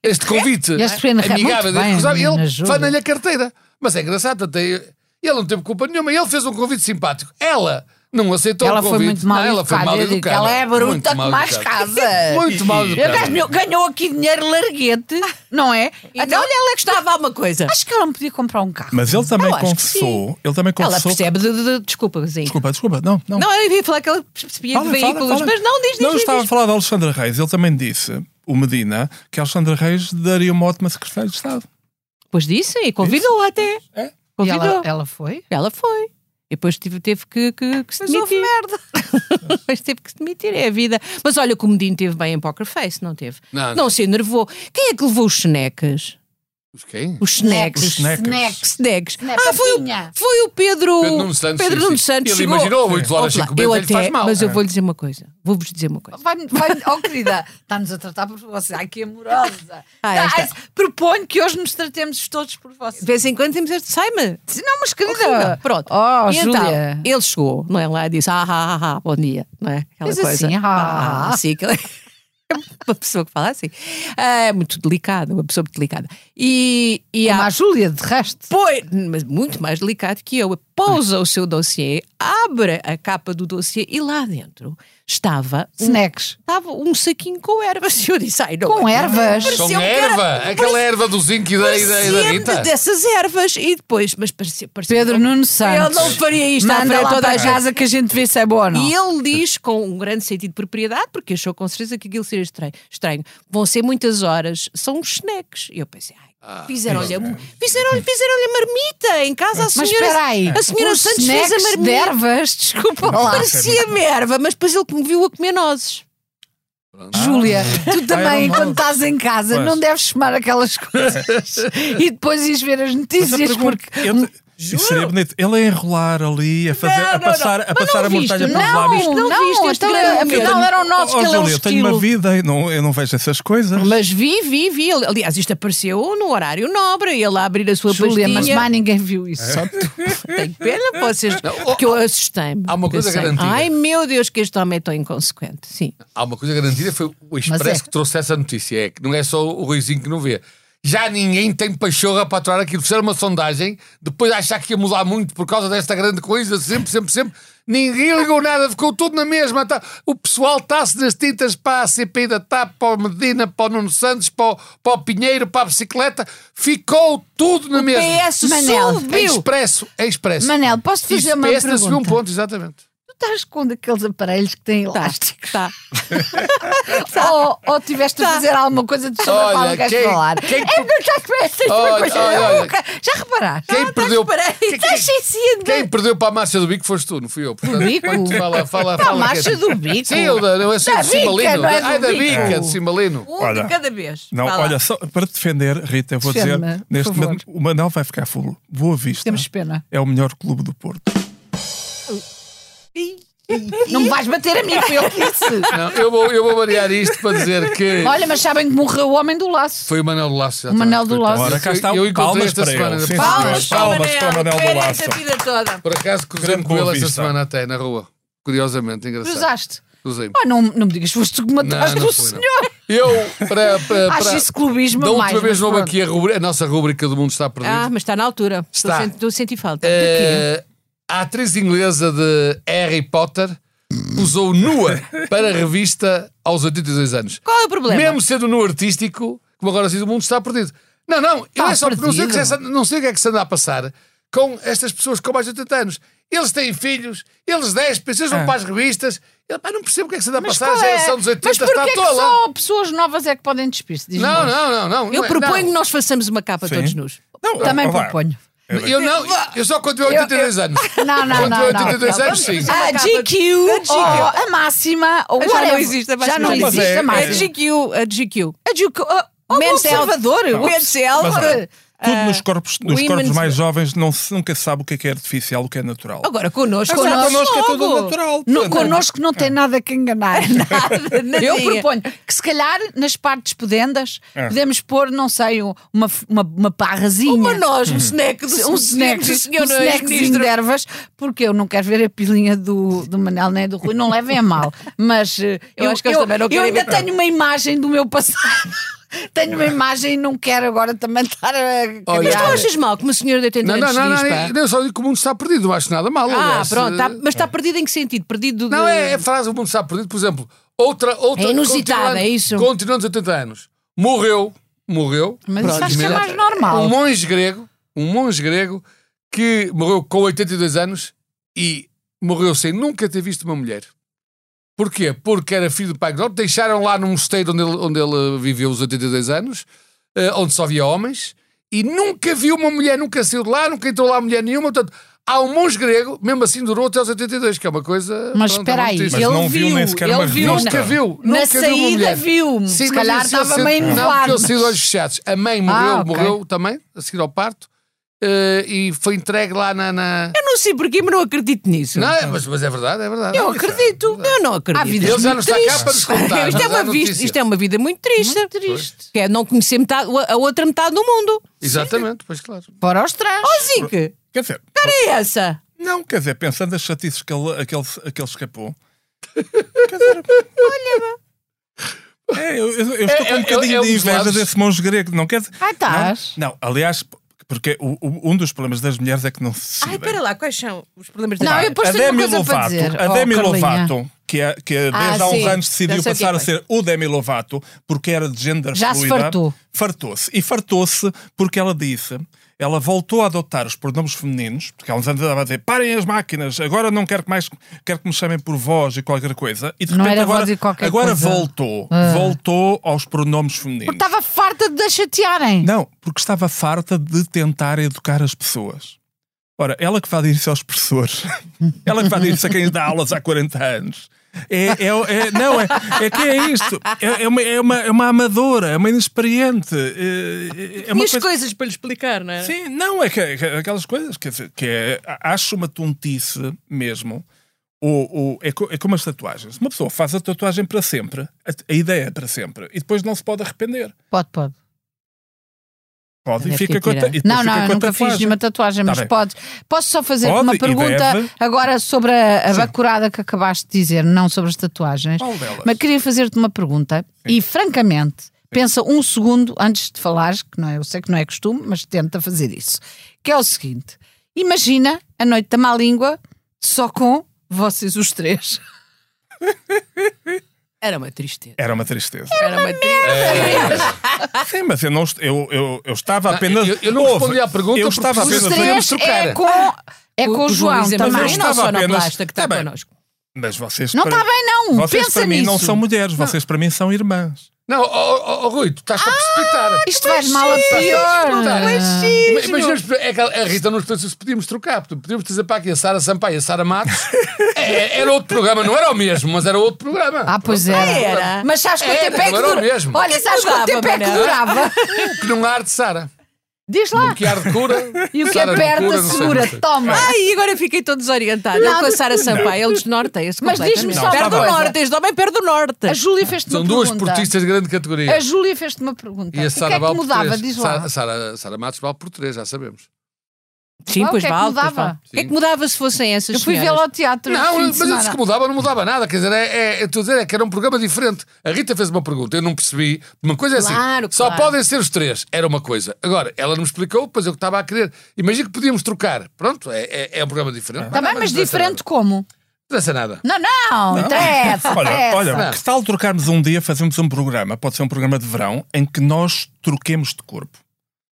este convite
Este Fernando Ramos,
amigável,
muito bem,
recusado,
menina,
ele
juro.
fana-lhe a carteira. Mas é engraçado, até ele não teve culpa nenhuma, ele fez um convite simpático. Ela não aceitou
Ela
o
foi
convite.
muito mal
Não, ela foi
educada.
mal
eu digo,
educada.
ela é bruta
Muito
que
mal
mais
educada.
casa.
Muito mal
Eu gajo
educada.
meu- ganhou aqui dinheiro larguete, não é?
Então,
Até olha,
ela gostava de uma coisa.
acho que ela me podia comprar um carro.
Mas ele também
Eu acho que
confessou. Ele também
Ela
confessou.
percebe de, de, de desculpa, assim.
Desculpa, desculpa, não, não.
Não, eu ia falar que ela percebia de
Fala, fala,
veículos,
fala.
mas não diz, diz,
Não, eu
diz,
estava
diz.
a falar de Alexandra Reis. Ele também disse, o Medina, que Alexandra Reis daria uma ótima secretária de Estado.
Pois disse, e convidou até.
É?
E
Convidou.
ela,
Ela,
ela foi?
foi. E depois teve, teve que, que, que se demitir.
merda.
Mas teve que se demitir, é a vida. Mas olha, o Comedinho teve bem em Poker Face, não teve?
Não, não.
Não se enervou. Quem é que levou os snacks?
Mas quem?
Os snacks.
Os snacks.
Os snacks.
é
Ah, foi o,
Patinha.
foi o Pedro.
Pedro Nuno Santos,
Pedro
sim,
Nuno
sim.
Santos
Ele
chegou.
imaginou, oito horas,
Opa,
cinco minutos,
eu
ele faz
até,
mal. É.
mas eu vou-lhe dizer uma coisa. Vou-vos dizer uma coisa.
Vai, vai, oh querida, está-nos a tratar por você. Ai, que amorosa.
Ah, esta.
Ai, proponho que hoje nos tratemos todos por
De
você.
vez em quando temos este sai-me.
Não, mas querida.
Horrível. Pronto.
Oh,
E então,
Júlia.
ele chegou, não é? Lá e disse, ah, ah, ah, ah, bom dia, não é? Aquela
Diz
coisa.
assim, ah, ah, ah.
assim, que ele- É uma pessoa que fala assim. É muito delicada, uma pessoa muito delicada. E, e
Como
há-
a Júlia, de resto.
Pois, mas muito mais delicado que eu. Pousa o seu dossiê, abre a capa do dossiê e lá dentro estava um,
Snacks.
estava um saquinho com ervas. E eu disse, ai, não.
Com
é-
ervas.
Com
Parecia um
erva,
cara-
aquela erva do Zinc e da, e da, e da
parecia-me
Rita.
dessas ervas. E depois, mas parecia. parecia
Pedro Nuno
Ele
Santos.
não faria isto à
Manda
frente de
lá
toda
para
a
a
gente.
casa que a gente vê se é bom ou não.
E ele diz com um grande sentido de propriedade, porque achou com certeza que aquilo seria estranho. estranho. Vão ser muitas horas, são uns snacks. E eu pensei, ai.
Ah,
Fizeram-lhe a- fizeram-lhe fizeram marmita em casa à
Mas
senhora.
espera aí,
a senhora
os
Santos fez a
snacks de
marmita.
ervas, desculpa lá.
Parecia merva, mas depois ele que me viu a comer nozes.
Júlia, tu também,
não.
quando estás em casa,
Pois.
não deves chamar aquelas coisas e depois ires ver as notícias, porque.
Ele, isso seria bonito. Ele a enrolar ali, a, fazer,
Hum, Não,
a
não,
passar, a, passar a
viste,
montanha pelos
Não,
lábios.
não,
Não viste este
então,
grande
afinal
medo.
eram nós
Oh,
que ele é um
Júlia, eu tenho uma
estilo.
vida, eu não, eu não vejo essas coisas.
Mas vi, vi, vi. Aliás, isto apareceu no horário nobre. Ele a abrir a sua
Júlia, mas
pastinha.
mais ninguém viu isso, só tu.
Tenho pena, vocês. Porque eu assustei-me.
Há uma coisa
Pensei,
garantida.
Ai meu Deus, que este homem é tão inconsequente. Sim.
Há uma coisa garantida, foi o Expresso
é.
que trouxe essa notícia. É que não é só o Ruizinho que não vê. Já ninguém tem pachorra para aturar aquilo. Fizeram uma sondagem, depois achar que ia mudar muito por causa desta grande coisa, sempre, sempre, sempre. Ninguém ligou nada, ficou tudo na mesma. Tá- O pessoal está-se nas tintas para a CPI da TAP, para o Medina, para o Nuno Santos, para o, para o Pinheiro, para a bicicleta. Ficou tudo na mesma.
PS
Manel,
É
subiu.
expresso, é expresso.
Manel, posso fazer
Isso,
uma
PS subiu um
pergunta?
ponto, exatamente.
Tu estás com um daqueles aparelhos que têm
Ah.
elásticos?
Tá.
Ou, ou tiveste a fazer alguma coisa de chamar para
Olha,
alguém
quem-
falar?
quem
é, não já tiveste esta
Olha,
coisa
olha,
na
olha.
boca? Já reparaste?
Quem perdeu,
Peraí,
Estás sem ciência.
quem perdeu para a marcha do bico foste tu, não fui eu. Portanto,
bico?
quando tu Fala, fala,
Para a
fala.
marcha
quem-
do bico.
Sim, eu, eu, eu, eu
Da
do Cimbalino.
bica, não é do
Ai, da
bico.
bica, de Cimbalino.
um
Olha.
de cada vez.
Não,
Vá lá.
olha, só para te defender, Rita, eu vou dizer,
Defende-me, por
neste
favor.
momento, o Manel vai ficar fulo. Boa vista.
Temos pena.
É o melhor clube do Porto.
Não me vais bater a mim, foi eu que disse.
Não, eu, vou, eu vou variar isto para dizer que
Olha, mas sabem que morreu o homem do laço.
foi o Manuel do Laço.
O
exatamente.
Manuel do
Coitado.
Laço.
Ora, cá está.
Eu encontrei
Palmas
esta
para
semana.
ele. Sim,
Depois.
senhor.
Palmas,
Palmas
É
para o Manel do
Laço.
essa vida toda.
Por acaso cruzei-me
Grande
com ele
boa
esta
vista.
semana até, na rua. Curiosamente, engraçado.
Cruzaste.
Cruzei-me.
Ah, não, não me digas, foste tu que mataste
Não, não
o
foi, não.
senhor.
Eu, para. para,
Acho
para
isso clubismo
da
a
última
mais.
vez
mas
houve
pronto.
aqui a, rubri- a nossa rúbrica do Mundo Está Perdido.
Ah, mas está na altura. Estou
Está.
a sen- Estou a sentir falta. Porquê?
Eh, a atriz inglesa de Harry Potter usou nua para a revista aos 82 anos.
Qual é o problema?
Mesmo sendo nu artístico, como agora diz, o mundo está perdido. Não, não, eu
Está
é só porque não sei, o que
perdido.
se- não sei o que é que se anda a passar com estas pessoas com mais de 80 anos. Eles têm filhos, eles despem, eles vão para as revistas. Eu pá, não percebo o que é que se anda a
Ah. Mas
passar. A
qual é?
geração dos 80
Mas
está
porquê que
tola.
só pessoas novas é que podem despir-se? Diz-me
Não,
lá.
não, não, não.
Eu
não é-
proponho que
não.
nós façamos uma capa
Sim.
todos nus.
Não,
Também
ó, vá.
proponho.
É
Eu não, eu só quando tiver
um Eu-
82 anos.
Não, não,
Quando
não.
tiver
não.
82 anos, sim.
A GQ, ou a máxima, ou
Já
whatever.
não existe a
Já
Baixa
não
Mas
existe
é-
a
A
Mas-
máxima.
GQ, a GQ.
A GQ, ah, ou
Men's
o observador.
Health.
o
Men's Health.
Mas,
é-
olha, Tudo nos corpos, nos
Women's-
corpos mais jovens não se, nunca se sabe o que é, que é artificial, o que é natural.
Agora, connosco,
Agora,
connosco,
connosco é
logo.
tudo natural.
No,
Portanto,
connosco não tem nada que
É.
enganar.
Nada, é.
Eu
nadinha.
proponho que se calhar nas partes podendas
É.
podemos pôr, não sei, um- uma, uma, uma parrazinha.
Uma nós, um snack do
um snack,
do senhor
um snackzinho
ministro.
de ervas, porque eu não quero ver a pilinha do, do Manel nem do Rui, não levem a mal. Mas eh,
Eu
eu,
acho que eles
eu,
também não
eu
querem
ainda
ver.
tenho uma imagem do meu passado. tenho uma imagem e não quero agora também estar a.
Olha,
Mas tu
criar.
achas mal como o senhor de 80
Não,
anos
não, não, é
diz, pá?
não, eu só digo que o mundo está perdido, não acho nada mal.
Ah,
aliás. Eh,
pronto, tá- mas está perdido em que sentido? Perdido de...
é Não, é a frase o mundo está perdido, por exemplo, outra. outra
É inusitada,
continuando-
é isso?
Continuando os 80 anos. Morreu, morreu.
Mas isso
pronto,
acho que é
mesmo.
mais normal.
Um monge grego, um monge grego que morreu com 82 anos e morreu sem nunca ter visto uma mulher. Porquê? Porque era filho do pai Gnor, deixaram lá num mosteiro onde ele, onde ele viveu os 82 anos, eh, onde só havia homens, e nunca viu uma mulher, nunca saiu de lá, nunca entrou lá mulher nenhuma. Portanto, há um monge grego, mesmo assim durou até aos 82, que é uma coisa.
Mas
pronto,
espera
é muito
aí,
triste.
Mas
ele
não viu
viu,
nem sequer
ele
uma
viu
revista.
Nunca viu,
Na
nunca viu uma
saída
mulher.
viu-me,
Sim,
se
mas
calhar
isso eu
estava
sei-
meio
Não, porque
nublado.
eu saí de olhos fechados. A mãe morreu,
Ah, ok.
morreu também, a seguir ao parto, eh, e foi entregue lá na. na-
Eu não sei porquê, mas não acredito nisso.
Não, é, mas, mas é verdade, é verdade.
eu acredito, eu não acredito.
Há vidas
Ele já não
é muito
está cá para nos contar.
isto,
mas
é
há
uma
notícia.
vista, isto é uma vida muito triste.
Muito triste.
Que é não conhecer metade- a outra metade do mundo.
um
Exatamente, pois claro.
Para os trans.
Ó Zico, que
Quer dizer,
cara é essa?
não, quer dizer, pensando as chatices que ele, a que ele, a que ele escapou. Quer dizer, olha. É, eu, eu- eu estou
É-
com um
é-
bocadinho
é um
de
dos
inveja
lados.
desse monge grego, não quer dizer?
Ah, estás.
Não, não, aliás, porque o- o- um dos problemas das mulheres é que não se
Ai,
decidem.
espera lá, quais são os problemas
Não,
da
eu depois
a
tenho
Demi
uma coisa para
Lovato,
dizer.
a
Oh,
Demi
Carlinha.
Lovato, que, é, que desde
Ah,
há uns
sim.
anos
Já
decidiu
sei o que
passar
é
a
que
ser o Demi Lovato, porque era de gender
Já se
fluida.
fartou.
Fartou-se. E fartou-se porque ela disse... Ela voltou a adotar os pronomes femininos, porque há uns anos andava a dizer parem as máquinas, agora não quero que mais quero que me chamem por voz e qualquer coisa. E de
Não
repente
era
agora,
voz e qualquer
agora
coisa. Ah.
voltou, voltou aos pronomes femininos.
Porque estava farta de a chatearem.
Não, porque estava farta de tentar educar as pessoas. Ora, ela que vai dizer isso aos professores, ela que vai dizer isso a quem dá aulas há 40 anos. É, é, é- não, é, é que é isto. É, é uma, é, uma, é uma amadora, é uma inexperiente. É, é- é uma
Tinhas
coisa-
coisas para lhe explicar, não é?
Sim, não, é que, é que- aquelas coisas quer dizer, que é, a- acho uma tontice mesmo. Ou, ou- é, co- é como as tatuagens. Uma pessoa faz a tatuagem para sempre, a, a ideia é para sempre, e depois não se pode arrepender.
Pode, pode.
Pode, e
Deve
fica
ter
com a, ta-
tirado.
e depois
é Não,
fica
não, eu
com a
nunca fiz
tatuagem.
nenhuma tatuagem,
Tá
mas
bem.
podes. Posso só fazer
Pode
uma
e
pergunta
deve.
agora sobre a, a
Sim.
bacurada que acabaste de dizer, não sobre as tatuagens.
Qual delas?
Mas queria fazer-te uma pergunta e, francamente, pensa um segundo antes de falares, que não é, eu sei que não é costume, mas tenta fazer isso. Que é o seguinte: imagina a noite da má língua só com vocês os três.
Era uma tristeza.
Era uma tristeza.
Era uma É, tristeza.
Sim, mas eu, não, est- eu, eu, eu estava
Ah,
apenas.
eu- eu não
Ouve,
respondi à pergunta
Eu
porque
estava
os
apenas.
Os
podemos
três
trocar.
é com, é com o, João
Luís
também.
Amador, e não
Eu estava
só na
apenas-
plasta que está
Tá bem.
connosco.
Mas vocês.
Não
para-
está bem, não.
Vocês
Pensa
para mim não
nisso.
são mulheres, vocês para mim são irmãs.
Não, oh, oh, oh, Rui, tu estás
Ah,
a precipitar.
Isto vai de mal a pior.
Tá. Ima- Imaginemos, é que a Rita nos pensou se podíamos trocar. porque Podíamos dizer para aqui a Sara Sampaio e a Sara Matos. É, era outro programa, não era o mesmo, mas era outro programa.
Ah, pois era.
era.
Mas sabes quanto
Era,
tempo é que
era o
dura-
mesmo.
Olha, sabes quanto
mudava,
tempo é que
Manel?
durava?
Que não há arte, Sara.
Diz lá.
O que há de cura.
E o que
Sara de cura,
aperta,
não sei,
segura,
não sei.
toma.
Ai, agora fiquei todo desorientada.
Não,
Eu com a Sara Sampaio, ele desnorteia-se.
Mas diz-me
é completamente.
só uma
tá
Perde o
coisa.
norte, este homem perde o norte.
A Júlia fez-te
São
uma
duas
pergunta.
portistas de grande categoria.
A Júlia fez-te uma pergunta.
E
o
a
que é
Sara
que
vale por
mudava?
três.
Diz lá.
Sara, Sara, Sara Matos vale por três, já sabemos.
Sim,
Qual,
pois
o que é que
vale. pois
mudava?
vale. O que é que
Sim.
mudava se fossem essas
Eu fui
senhoras?
vê-la ao teatro. este
Não,
fim de
mas eu disse
semana.
que mudava, não mudava nada. Quer dizer, é, é, eu estou a dizer, é que era um programa diferente. A Rita fez uma pergunta, eu não percebi. Uma coisa é assim:
Claro,
só
claro.
podem ser os três. Era uma coisa. Agora, ela não me explicou, depois eu que estava a querer. Imagina que podíamos trocar. Pronto, é, é, é um programa diferente.
Também,
Não,
Tá mas
não interessa
diferente
nada.
como?
Não interessa nada.
Não, não, interessa.
Olha,
interessa.
olha, que tal trocarmos um dia, fazemos um programa, pode ser um programa de verão, em que nós troquemos de corpo.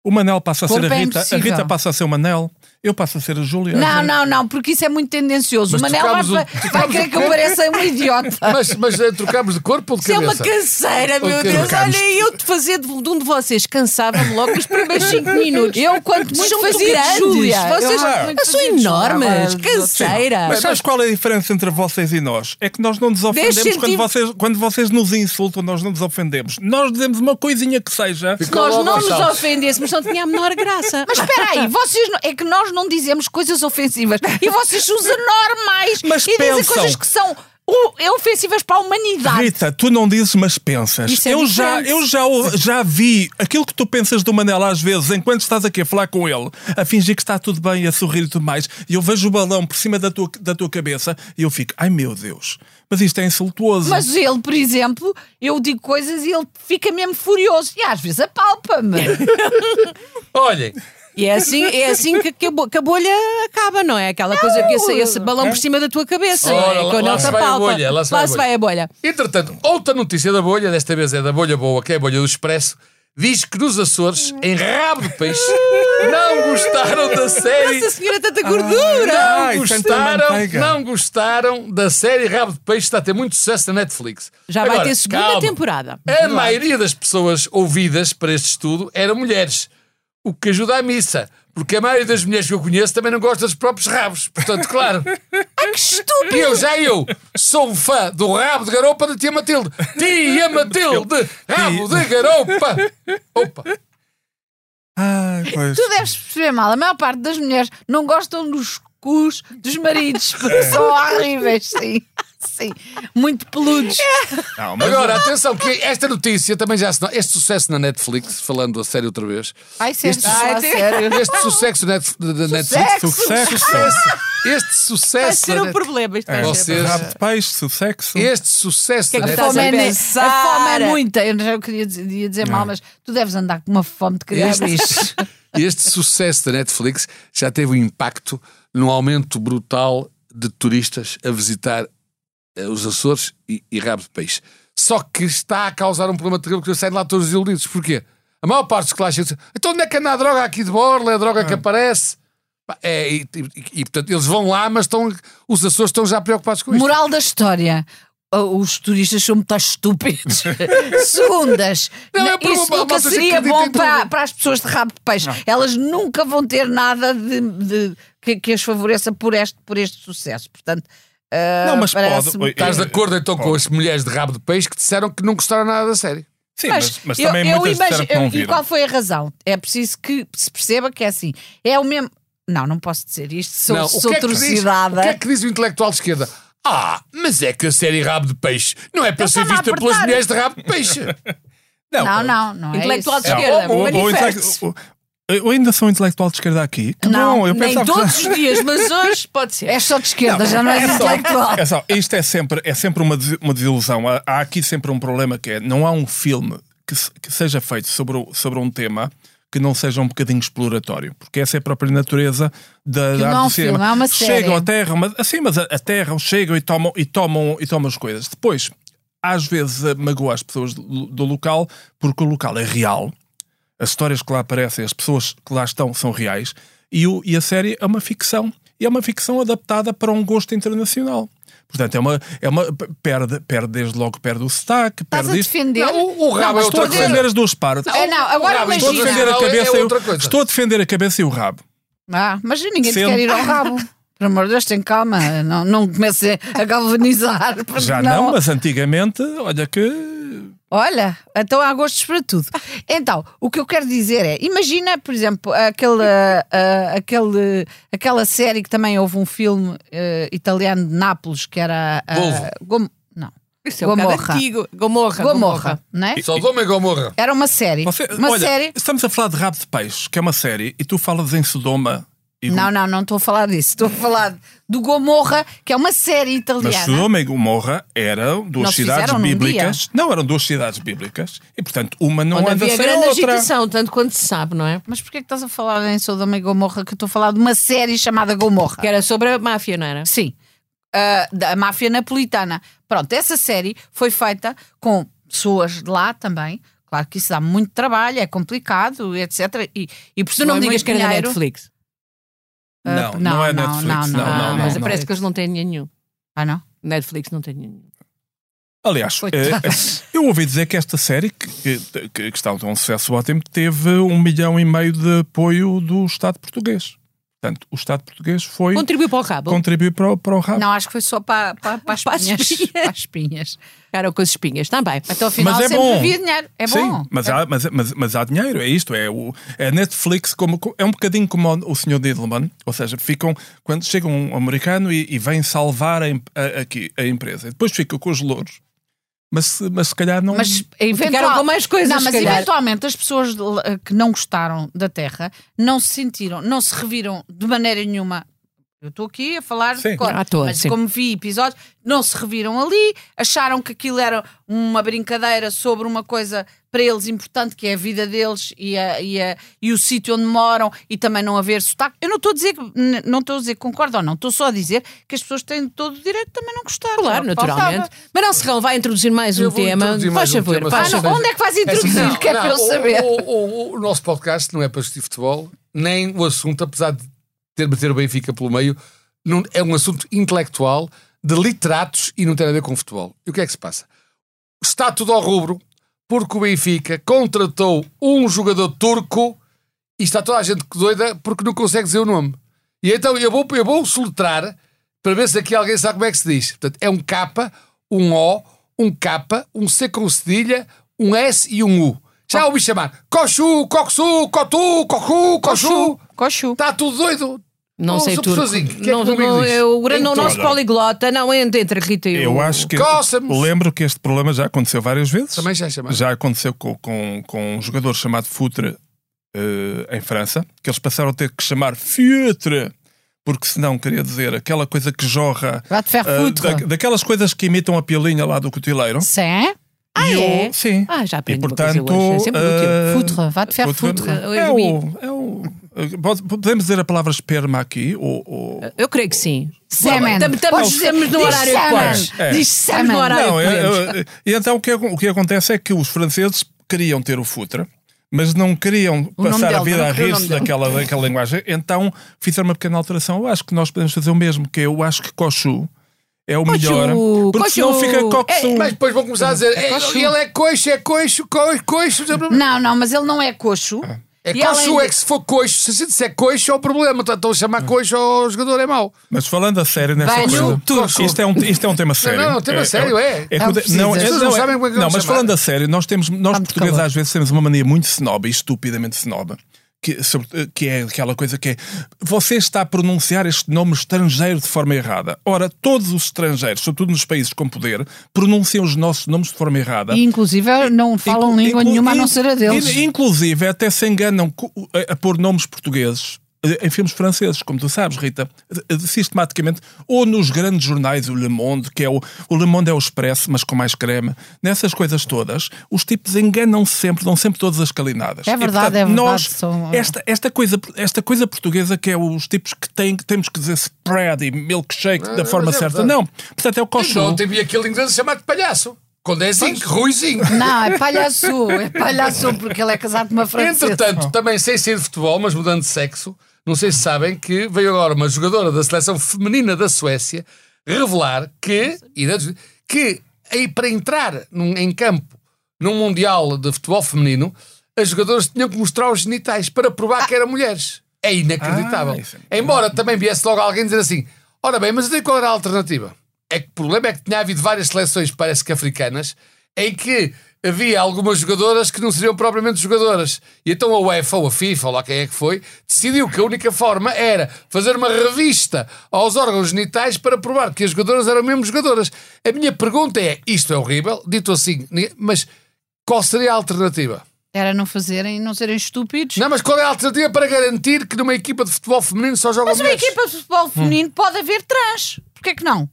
O Manel passa a ser
Corpo
a
é
Rita, a
impossível.
Rita passa a ser o Manel, eu passo a ser a Júlia.
Não, não, não, porque isso é muito tendencioso.
Mas
o Manel vai,
tocámos o-
vai querer que eu pareça um idiota.
Mas, mas eh, trocámos de corpo ou de
Isso é uma
cabeça?
canseira, meu
Ok.
Deus.
Trocámos.
Olha, eu de fazer de, de um de vocês cansava-me logo um nos primeiros 5 minutos.
Eu, quanto
Vocês
muito
são
fazia de
grandes.
Júlia.
Vocês
acho muito
eu sou
fazia de Júlia.
enormes.
Agora, dos outros.
Canseira.
Mas sabes qual é a diferença entre vocês e nós? É que nós não nos ofendemos
centí-
quando, vocês, quando vocês nos insultam, nós não nos ofendemos. Nós dizemos uma coisinha que seja.
Se nós
Coloca
não
os
nos
saltos.
ofendêssemos, não tinha a menor graça.
Mas espera aí, vocês não- é que nós não dizemos coisas ofensivas e vocês são os anormais
Mas
e dizem
pensam.
coisas que são u- é ofensivas para a humanidade.
Rita, tu não dizes, mas pensas.
Isso é
eu já,
diferente.
eu já, o- já vi aquilo que tu pensas do Manel às vezes, enquanto estás aqui a falar com ele, a fingir que está tudo bem, a sorrir e tudo mais, e eu vejo o balão por cima da tua, da tua cabeça e eu fico, ai meu Deus, mas isto é insultuoso.
Mas ele, por exemplo, eu digo coisas e ele fica mesmo furioso e às vezes apalpa-me.
Olhem,
E é assim, é assim que, que a bo- que a bolha acaba, não é? Aquela coisa que esse, esse balão
É.
por cima da tua cabeça. não é?
Ora, lá-
Quando
lá
ele
se
te
vai a
apalpa.
bolha, lá se vai a bolha.
a bolha.
Entretanto, outra notícia da bolha, desta vez é da bolha boa, que é a bolha do Expresso, diz que nos Açores, em rabo de peixe, não gostaram da série.
Nossa senhora, tanta gordura!
Não
Ai, tanta
gostaram,
manteiga.
não gostaram da série Rabo de Peixe, está a ter muito sucesso na Netflix.
Já vai
Agora,
ter segunda
calma.
temporada.
A maioria das pessoas ouvidas para este estudo eram mulheres, o que ajuda à missa, porque a maioria das mulheres que eu conheço também não gosta dos próprios rabos. Portanto, claro.
Que estúpido!
E eu, já eu, sou um fã do rabo de garopa da tia Matilde. Tia Matilde, rabo de garopa. Opa.
Ai, pois.
Tu deves perceber mal, a maior parte das mulheres não gostam dos cus dos maridos, porque são horríveis, sim. Sim, muito peludos.
Não, mas-
Agora, atenção, que esta notícia também já se... no- Este sucesso na Netflix, falando a sério outra vez...
Ai, sente-se
Este-
lá,
Ai, tem-
sério.
Este sucesso da Netf- da da Netflix...
Sexo!
Sucesso.
Este
Vai
sucesso...
ser
da
um
Net-
problema.
É.
Isto vai ser.
Vocês-
Rabo de peixe, sucesso.
Este sucesso
é
da
que
A
Estás
fome,
a
é, ne- a
pensar.
fome é muita. Eu não queria dizer, ia dizer mal, mas tu deves andar com uma fome de criar
Este-
bicho.
Este sucesso da Netflix já teve um impacto num aumento brutal de turistas a visitar eh, os Açores e, e Rabo de Peixe. Só que está a causar um problema terrível porque eu saio de lá todos desiludidos. Porquê? A maior parte dos que lá chegam então onde é que anda a droga aqui de Borla? É a droga que aparece? Pá, É, e, e- e, portanto, eles vão lá, mas estão, os Açores estão já preocupados com isto.
Moral da história. Oh, Os turistas são muito estúpidos. Segundas.
Não, é por uma-
Isso
uma
nunca
malta que
seria
acredita em
bom para,
tudo.
para as pessoas de rabo de peixe. Elas nunca vão ter nada de, de- que, que as favoreça por este, por este sucesso. Portanto, ah,
Não, mas
parece-me-
pode.
Estás de acordo então com as mulheres de Rabo de Peixe que disseram que não gostaram nada da série?
Sim, mas, mas também muitas disseram que não
E
viram.
qual foi a razão? É preciso que se perceba que é assim. É o mesmo. Não, não posso dizer isto. Sou,
Não,
sou
o que é que diz-
atrocidade.
o que é que diz o intelectual de esquerda? Ah, mas é que a série Rabo de Peixe não é para ser
estava a
vista pelas
apertar.
mulheres de Rabo de Peixe.
Não, não, não. é
Intelectual
isso.
de esquerda,
Não, o- o- o-
manifeste-se.
o- então é eu ainda sou um intelectual de esquerda aqui. Que
Não,
bom, eu
Nem
pensava que-
todos os dias, mas hoje pode ser.
És É só de esquerda, já não és
é só-
intelectual.
É só, isto é sempre, é sempre uma, des- uma desilusão. Há, há aqui sempre um problema que é não há um filme que, se- que seja feito sobre, o- sobre um tema que não seja um bocadinho exploratório, porque essa é a própria natureza da,
não
da
é
arte
um
do cinema.
filme, é uma
chegam
série.
à Terra, mas assim, mas a, a Terra chegam e tomam, e, tomam, e tomam as coisas. Depois, às vezes eh, magoa as pessoas do, do local, porque o local é real, as histórias que lá aparecem, as pessoas que lá estão são reais e, o- e a série é uma ficção. E é uma ficção adaptada para um gosto internacional. Portanto, é uma. É uma perde, perde desde logo, perde o sotaque,
Estás
perde
a
isto.
defender?
Não, o, o
Ah,
rabo
mas
é
estou a
outra coisa.
defender as duas partes.
É, não, agora
Ah, mas
Estou a
Não,
defender
imagina.
não,
a
é- é
cabeça e o-
outra coisa.
Estou a defender a cabeça e o rabo.
Ah, mas ninguém te
Sendo-
quer ir ao rabo. Pelo amor de Deus, tem calma. Não, não comece a galvanizar. porque
Já não, mas antigamente, olha que.
Olha, então há gostos para tudo. Então, o que eu quero dizer é: imagina, por exemplo, aquele, ah, ah, aquele, aquela série que também houve um filme ah, italiano de Nápoles que era. ah,
Volvo.
Gom- não,
Isso é um bocado
Gomorra.
antigo. Gomorra.
Gomorra, não é?
Só dou-me a Gomorra.
Era uma série.
Você-
uma
olha,
série.
Estamos a falar de Rabo de Peixe, que é uma série, e tu falas em Sodoma. E
Não, não, não estou a falar disso. Estou a falar do Gomorra, que é uma série
Mas
italiana.
Sodoma e Gomorra eram duas
Não se
cidades
fizeram num
bíblicas. Não, eram duas cidades bíblicas. E, portanto, uma não
Onde
anda
havia
sem
grande
a outra.
agitação, tanto quanto se sabe, não é?
Mas porquê é que estás a falar em Sodoma e Gomorra que eu estou a falar de uma série chamada Gomorra?
Que era sobre a máfia, não era?
Sim, Ah, da máfia napolitana. Pronto, essa série foi feita com pessoas de lá também. Claro que isso dá muito trabalho, é complicado, etc. E, e por
Tu não é me digas que era da
dinheiro,
Netflix.
Não,
Ah,
não, é
não,
Netflix.
não,
Não,
não,
não,
ah,
não,
mas
não.
parece que eles não têm nenhum.
Ah, não?
Netflix não tem nenhum.
Aliás,
Coitada.
eh, eu ouvi dizer que esta série, que, que, que- que está a ter um sucesso ótimo, teve um milhão e meio de apoio do Estado português. Portanto, o Estado português foi.
Contribuiu para o cabo.
Contribuiu para, o- para o rabo.
Não, acho que foi só para, para, para as
Para as
espinhas.
espinhas.
Para as espinhas.
Ficaram com as espinhas, está bem.
Até ao final
Mas é
sempre
bom.
havia dinheiro. É
Sim,
bom.
mas, Há, mas, mas, mas há dinheiro, é isto. É o, a Netflix como, co- é um bocadinho como o, o Sr. Diddleman, ou seja, ficam quando chega um americano e, e vem salvar a, em- a- aqui, a empresa. E depois fica com os louros. Mas, se- mas se calhar não.
Mas eventual...
Ficaram com mais coisas,
Não,
se
mas
calhar.
eventualmente as pessoas de lá- que não gostaram da Terra não se sentiram, não se reviram de maneira nenhuma. Eu estou aqui a falar de
Sim.
cor,
À toa,
mas
sim.
como vi episódios, não se reviram ali, acharam que aquilo era uma brincadeira sobre uma coisa para eles importante, que é a vida deles e, a- e a- e o sítio onde moram e também não haver sotaque. Eu não estou a dizer que n- não estou a dizer que concordo ou não, estou só a dizer que as pessoas têm todo o direito de também não gostar.
Claro,
Era o que
naturalmente.
faltava.
Manuel Serrão vai introduzir mais
Eu
um
vou
tema.
introduzir
Faz
mais um
favor,
tema,
faz
sim.
Ah,
favor.
não, onde é que vais
É
introduzir?
assim,
Quer
não,
para eu
não, o-
saber?
O, o- o nosso podcast não é para assistir futebol, nem o assunto, apesar de ter bater o Benfica pelo meio, não- é um assunto intelectual de literatos e não tem a ver com futebol. E o que é que se passa? Está tudo ao rubro, porque o Benfica contratou um jogador turco e está toda a gente doida porque não consegue dizer o nome. E então eu vou, eu vou soletrar para ver se aqui alguém sabe como é que se diz. Portanto, é um K, um O, um K, um C com cedilha, um S e um U. Já ouvi chamar Cochu, Coxu, Cotu, Cochu, Cochu.
Cochu.
Está tudo doido.
Não
Ou
sei
sou
turco.
pessoazinho. Que é que
Não,
o meu amigo
não,
diz? Então,
eu- o grande
Em
o nosso
todo.
poliglota não entra entre a Rita e
Eu
o...
acho que.
Cóssamos.
Lembro que este problema já aconteceu várias vezes.
Também já chamaram.
Já aconteceu com, com, com um jogador chamado Futre eh, em França, que eles passaram a ter que chamar Futre, porque senão queria dizer aquela coisa que jorra.
Vá de ferro
eh,
futre.
da- daquelas coisas que imitam a pilinha lá do cutileiro.
Sim.
Ah,
é?
Sim.
Ah, já
e
aprendi uma coisa
portanto.
hoje. É sempre útil.
eh,
Futre, vá de ferro
futre-
futre.
É o, é o, eh, pode- podemos dizer a palavra esperma aqui? Ou, ou-
Eu creio que sim.
Semen.
Tam- tam-
Pois,
Estamos no
diz
horário que
semen.
podes.
É.
Diz estamos
Semen.
no horário
Não,
que
é-
podemos.
é- e então o que, o que acontece é que os franceses queriam ter o Futra, mas não queriam
nome
passar
dele,
a
não
vida
queriam o
a rir-se
nome dele.
daquela, daquela linguagem. Então fizeram uma pequena alteração. Eu acho que nós podemos fazer o mesmo, que é, eu acho que Cochu é o melhor. Porque
Cochu.
senão fica Coxu.
É,
Mas depois vão começar a dizer: "É, ele é coixo, é coixo, coixo, coixo.
Não, não, mas ele não é coxo.
É
E além
coxo,
de-
é que se for coixo, se se disser coixo, é o problema. Então, Estão a chamar coixo ao jogador, é mau.
Mas falando a sério nesta
Vai no
coisa,
turco.
isto é, um, isto é um tema sério.
não, tema sério, é.
que
Não
o de-
precisa.
não, é-
As
pessoas
não,
não
é-
sabem como é que
não,
vamos
mas
chamar.
falando a sério, nós temos nós
muito
portugueses
calor.
às vezes temos uma mania muito snob e estupidamente snob. Que, sobre- que é aquela coisa que é você está a pronunciar este nome estrangeiro de forma errada. Ora, todos os estrangeiros, sobretudo nos países com poder, pronunciam os nossos nomes de forma errada.
E, inclusive, não falam
Inclu-
língua
inclu-
nenhuma a não
in-
ser a deles.
in- Inclusive, até se enganam co- a, a pôr nomes portugueses eh, em filmes franceses, como tu sabes, Rita, eh, eh, sistematicamente, ou nos grandes jornais, o Le Monde, que é o, o Le Monde é o Expresso, mas com mais creme, nessas coisas todas, os tipos enganam-se sempre, dão sempre todas as calinadas.
É verdade, é verdade,
Nós,
são-
esta, esta, coisa, esta coisa portuguesa que é os tipos que têm, que temos que dizer spread e milkshake da forma
mas é
certa,
verdade.
não. Portanto, é o
Não,
cochilo.
teve aquele inglês chamado de palhaço. Quando é zinco, ruizinho.
Não, é palhaço. É palhaço porque ele é casado com uma francesa.
Entretanto, também sem ser de futebol, mas mudando de sexo, não sei se sabem que veio agora uma jogadora da seleção feminina da Suécia revelar que, e dados- que aí para entrar num- em campo num Mundial de Futebol Feminino, as jogadoras tinham que mostrar os genitais para provar que eram mulheres. É inacreditável.
Ah, isso é-
Embora também viesse logo alguém dizer assim: ora bem, mas e qual era a alternativa? É que o problema é que tinha havido várias seleções, parece que africanas, em que havia algumas jogadoras que não seriam propriamente jogadoras. E então a UEFA ou a FIFA, ou lá quem é que foi, decidiu que a única forma era fazer uma revista aos órgãos genitais para provar que as jogadoras eram mesmo jogadoras. A minha pergunta é: isto é horrível, dito assim, ni- mas qual seria a alternativa?
Era não fazerem, não serem estúpidos.
Não, mas qual é a alternativa para garantir que numa equipa de futebol feminino só jogam
Mas uma
mulheres?
equipa de futebol
Hum.
feminino pode haver trans. Porquê que não?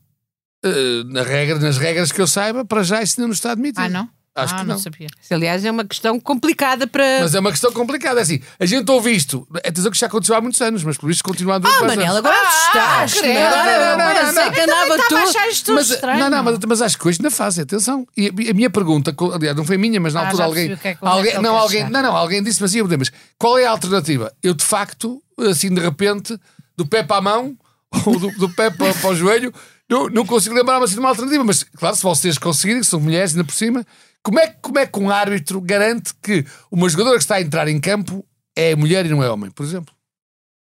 Eh, na regra, nas regras que eu saiba, para já isso ainda não está admitido.
Ah, não?
Acho
ah,
que
não
não.
sabia.
Aliás, é uma questão complicada para.
Mas é uma questão complicada, é assim. A gente ouve isto. É dizer que já aconteceu há muitos anos, mas por isso continua a
Ah, Manela, agora
Ah,
assustaste.
credo.
Agora
Não, não, não,
agora
não.
sei que andava
Estava a
tu.
achar isto
mas,
estranho.
Não, não, mas, mas acho que hoje ainda fazem, atenção. E a, a minha pergunta, co- aliás, não foi minha, mas na
Ah,
altura
já
alguém.
percebi o que é que- onde é que
alguém
ele
não,
quer
alguém
chegar.
não, não, alguém disse, mas, ia, mas qual é a alternativa? Eu, de facto, assim, de repente, do pé para a mão, ou do, do pé para, para o joelho, não, não consigo lembrar-me assim, de uma alternativa. Mas, claro, se vocês conseguirem, que são mulheres ainda por cima, como é, que- como é que um árbitro garante que uma jogadora que está a entrar em campo é mulher e não é homem, por exemplo?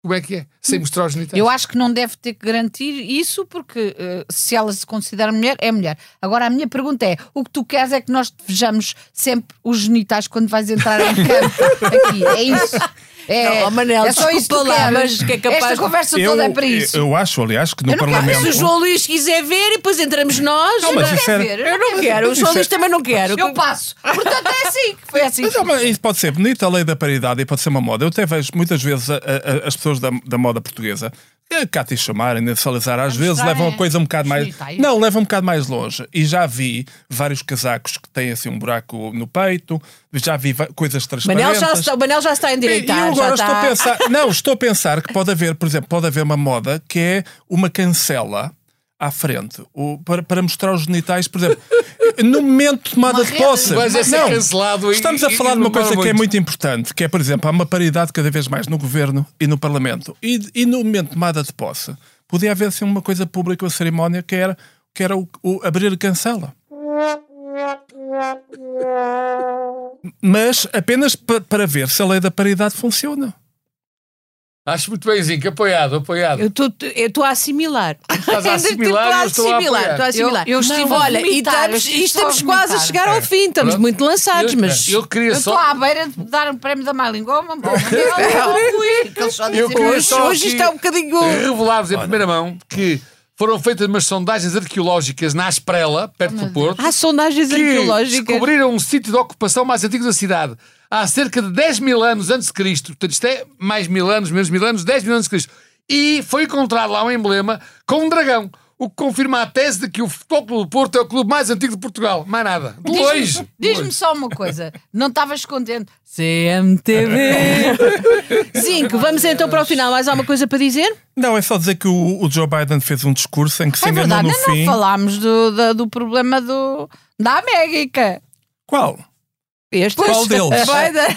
Como é que é? Sem mostrar os genitais.
Eu acho que não deve ter que garantir isso, porque eh, se ela se considera mulher, é mulher. Agora, a minha pergunta é: o que tu queres é que nós te vejamos sempre os genitais quando vais entrar em campo aqui? É isso. É,
Não, oh, Manel,
é só isso que tu
desculpa lá,
queres.
mas que é capaz
Esta
de-
conversa toda é para isso.
Eu, acho, aliás, que no
Eu não quero-
Parlamento.
Se o João Luís quiser ver e depois entramos nós.
Não, mas
eu
isso
quero
era-
ver. Eu não quero. O João Luís também não quero.
Eu passo. Portanto, é assim. que Foi assim.
Mas é uma- isso pode ser bonito, a lei da paridade, e pode ser uma moda. Eu até vejo muitas vezes a- a- a- as pessoas da, da moda portuguesa, a Cátia Chamarem, a Salazar, às vezes
mostrar,
levam a
é,
coisa um bocado
os
mais.
genitais.
Não, levam um bocado mais longe. E já vi vários casacos que têm assim um buraco no peito, já vi va- coisas transparentes.
Manel já, está, Manel já está a
E eu
endireitar.
agora
já
estou
está...
a pensar. Não, estou a pensar que pode haver, por exemplo, pode haver uma moda que é uma cancela à frente o- para, para mostrar os genitais, por exemplo, no momento de tomada
Uma
de
rede.
posse.
Mas é ser
Não,
cancelado e-
Estamos a
e-
falar
e
de uma
demora
coisa que é
muito.
muito importante, que é, por exemplo, há uma paridade cada vez mais no governo e no parlamento. E, e no momento de tomada de posse, podia haver assim, uma coisa pública, uma cerimónia que era, que era o, o abrir a cancela. Mas apenas pa- para ver se a lei da paridade funciona.
Acho muito bem, Zico, apoiado, apoiado.
Eu estou- eu estou a assimilar.
Estás a
Ainda estou
assimilar,
a
eu estou a
assimilar,
apoiar.
estou a assimilar.
Eu- eu estive a
olha, e
vomitar, eu
estamos,
estive
e
só a
estamos quase a
vomitar.
chegar ao fim, estamos
Pronto.
muito lançados,
Eu-
mas
Eu queria
Ah, Eu estou
só.
à beira de dar um prémio da má língua. Oh, mamãe, oh, Rui, que eles só dizem
Eu queria
hoje.
hoje,
só
hoje
aqui-
está um bocadinho.
Revelar-vos em primeira mão que foram feitas umas sondagens arqueológicas na Asprela, perto
é?
do Porto,
Ah,
Há sondagens
que
arqueológicas.
descobriram um sítio de ocupação mais antigo da cidade. Há cerca de 10 mil anos antes de Cristo. Portanto, isto é mais mil anos, menos mil anos, 10 mil anos antes de Cristo. E foi encontrado lá um emblema com um dragão, o que confirma a tese de que o Futebol Clube do Porto é o clube mais antigo de Portugal. Mais nada. De longe.
Diz-me diz-me só uma coisa. Não estavas contente. CMTV.
Zinco, vamos então para o final. Mais alguma coisa para dizer?
Não, é só dizer que o, o Joe Biden fez um discurso em que se
É
enganou
verdade,
no
ainda não
fim.
falámos do, da- do problema do, da América.
Qual?
Este Ah,
Qual deles?
Vai dar-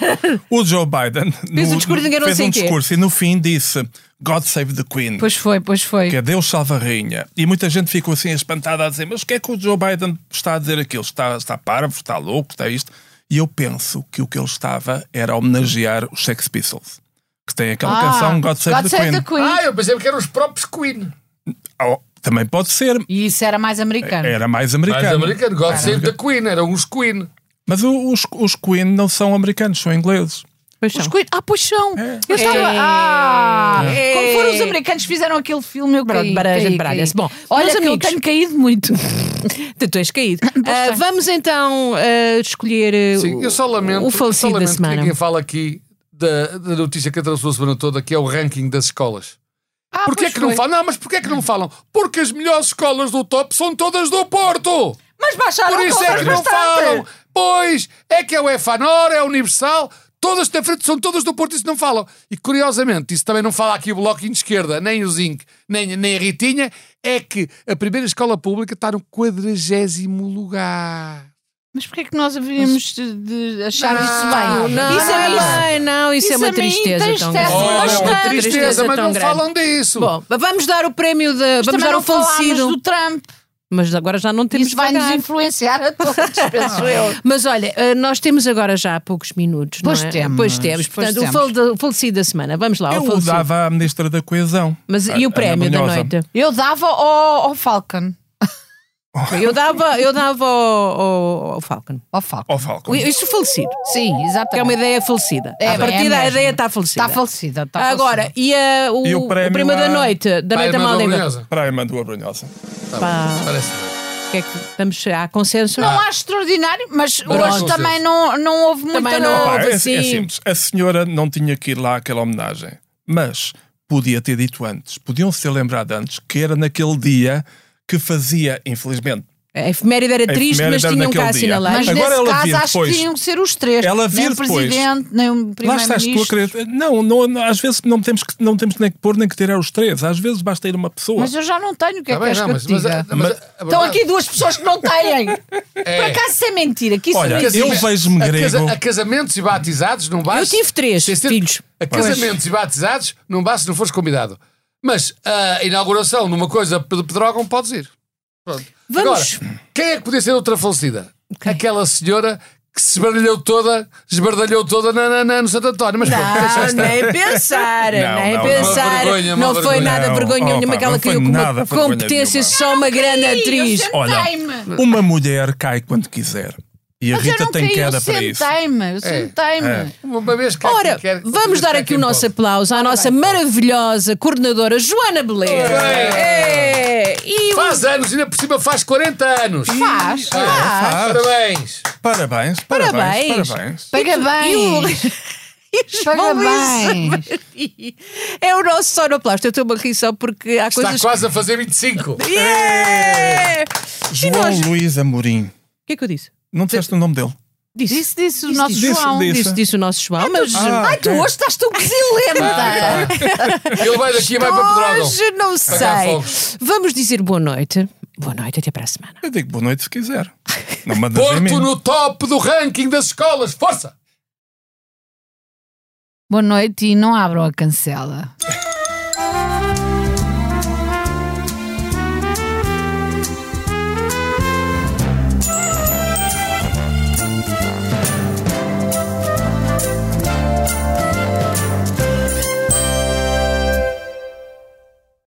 O Joe Biden
Fez
no-
um discurso de enganou
fez
sem
um
quê?
discurso e no fim disse God save the Queen.
Pois foi, pois foi.
que é Deus salva a rainha. E muita gente ficou assim espantada a dizer: Mas o que é que o Joe Biden está a dizer aquilo? Está, está parvo, está louco, está isto? E eu penso que o que ele estava era a homenagear os Sex Pistols, que tem aquela
Ah,
canção God Save the Queen.
Ah, eu pensei que eram os próprios Queen.
Oh, também pode ser,
E isso era mais americano.
era
Mas
mais
é
americano.
americano, God Save the Queen, eram os Queen.
Mas o- os, os Queen não são americanos, são ingleses.
Pois
Os
são.
coi- Ah, pois são. Eu estava.
É.
Ah,
É.
Como foram os americanos que fizeram aquele filme, eu
Pronto,
caí,
baralha-
caí,
baralha-se.
caí.
Bom, meus
Olha, que eu
amigos.
tenho caído muito.
Tu tens caído. Ah,
tem.
vamos então ah, escolher ah,
Sim,
o-
eu só lamento,
o
eu só
falecido da
lamento que
semana.
ninguém fala aqui da, da notícia que atravessou a semana toda, que é o ranking das escolas.
Ah,
porquê é
pois
que não
foi.
falam? Não, mas porquê é que não falam? Porque as melhores escolas do top são todas do Porto!
Mas baixaram
Por isso é que não falam! Pois, é que é o EFANOR, é a Universal, todas da frente são todas do Porto, isso não falam. E curiosamente, isso também não fala aqui o Bloquinho de Esquerda, nem o Zinc, nem, nem a Ritinha, é que a primeira escola pública está no 40 lugar.
Mas porquê é que nós havíamos de, de achar isso
Não,
bem?
não,
isso é
não,
isso.
é não, isso, é
isso a
uma
mim
tristeza tão
entristece
grande. Isso
assim, bastante.
é uma
uma tristeza, mas
tão
não
grande.
falam disso.
Bom, vamos dar o prémio de. Vamos
Também
dar
não
o falecido.
falámos do Trump.
Mas agora já não temos
Isso vai
que
nos
pagar.
influenciar a todos, penso eu.
Mas olha, eh, nós temos agora já há poucos minutos.
Pois
não é?
temos,
Pois temos.
pois
Portanto,
temos.
o falde- o falecido da semana. Vamos lá, o
Eu
falecido.
dava à Ministra da Coesão.
Mas
A-
e o
Ana
prémio da
Brunhosa.
noite?
Eu dava ao, ao Falcon.
Eu dava, eu dava ao, ao- ao Falcon.
Ao Falcon.
Ao Falcon.
Isso falecido.
Sim,
Que é uma
exatamente.
ideia falecida.
É,
a partir da
é mesmo.
ideia está Tá falecida.
Está falecida. Está
Agora,
falecida.
e, eh, o,
E o
o
prémio
primo
à-
da noite, da
Pá,
noite da
irmã
Maldinga.
Gloriosa.
Para a irmã do Abrunhosa.
é Tá
Pá.
bom, parece.
Que é que estamos, há consenso?
Ah.
Não acho extraordinário, mas hoje
Braços.
também não, não houve muita...
Também não
Pá,
houve.
é, é
assim.
simples. A senhora não tinha que ir lá àquela homenagem, mas podia ter dito antes, podiam se ter lembrado antes que era naquele dia que fazia, infelizmente.
A efeméride era
A
triste, mas um
efeméride era
tinham que
naquele dia.
assinalar.
Mas
Agora
nesse
ela
caso
vir
acho
depois.
que tinham que ser os três. nem
Ela vir
o
depois.
presidente, nem o
Lá estás tu a
primeiro-ministro.
querer. Não, não, às vezes não temos, que, não temos nem que pôr nem que tirar os três. Às vezes basta ir uma pessoa.
Mas eu já não tenho, o que é
Tá
que
bem,
queres
não,
que eu
mas,
te
mas,
diga?
a- mas a- a
Estão
verdade-
aqui duas pessoas que não têm. Por
É.
acaso isso é mentira, que isso
Olha,
é
que- Eu vejo-me
a casa-
grego.
A casamentos e batizados não basta.
Eu tive três
Tens de ter-
filhos.
A casamentos e batizados não basta se não fores convidado. Mas a inauguração de uma coisa de Pedrógão podes ir. Pronto.
Vamos.
Agora, quem é que podia ser outra falecida? Aquela senhora que se esbardalhou toda, esbardalhou toda na, na- na- no Santo António. Mas pronto, deixa
Não,
estar.
Ah, nem pensar,
Não,
nem
não,
pensar.
uma vergonha, uma
não foi
vergonha.
nada
Não,
vergonha
opa,
nenhuma que ela
não foi
criou com uma
nada vergonha
competência,
nenhuma.
só uma grande
é
atriz.
Olha, uma mulher cai quando quiser. E a
Mas eu
Rita
não
tem
caí, um eu
queda para isso.
sentei-me, eu sentei-me.
Uma vez que
Ora,
quem quer-
vamos dar aqui o
quem
nosso
pode.
aplauso à nossa maravilhosa coordenadora Joana Beleza. É. E o-
Faz anos, ainda por cima faz 40 anos.
Faz,
É,
faz.
Parabéns.
Parabéns.
Parabéns, parabéns, parabéns.
e o-
Parabéns,
e o João Luís
parabéns.
Samaria. É o nosso sonoplasto. Eu estou-me a rir só porque há
Está
coisas.
quase É. a fazer 25.
Yeah! E
João
nós- O
Luís Amorim.
que é que eu disse?
Não disseste o nome dele.
Disse, disse o nosso
disse,
João.
disse.
Disse, disse o nosso João,
Então,
mas.
Ah,
Ai, tu
ok.
hoje estás tão
Ah,
quesilenta.
tá. Ele vai daqui e vai para Pedrógão.
Hoje não
Pagar
sei.
fogos.
Vamos dizer boa noite. Boa noite, até para a semana.
Eu digo boa noite se quiser. Não mandas em mim.
Porto no top do ranking das escolas. Força!
Boa noite e não abram a cancela.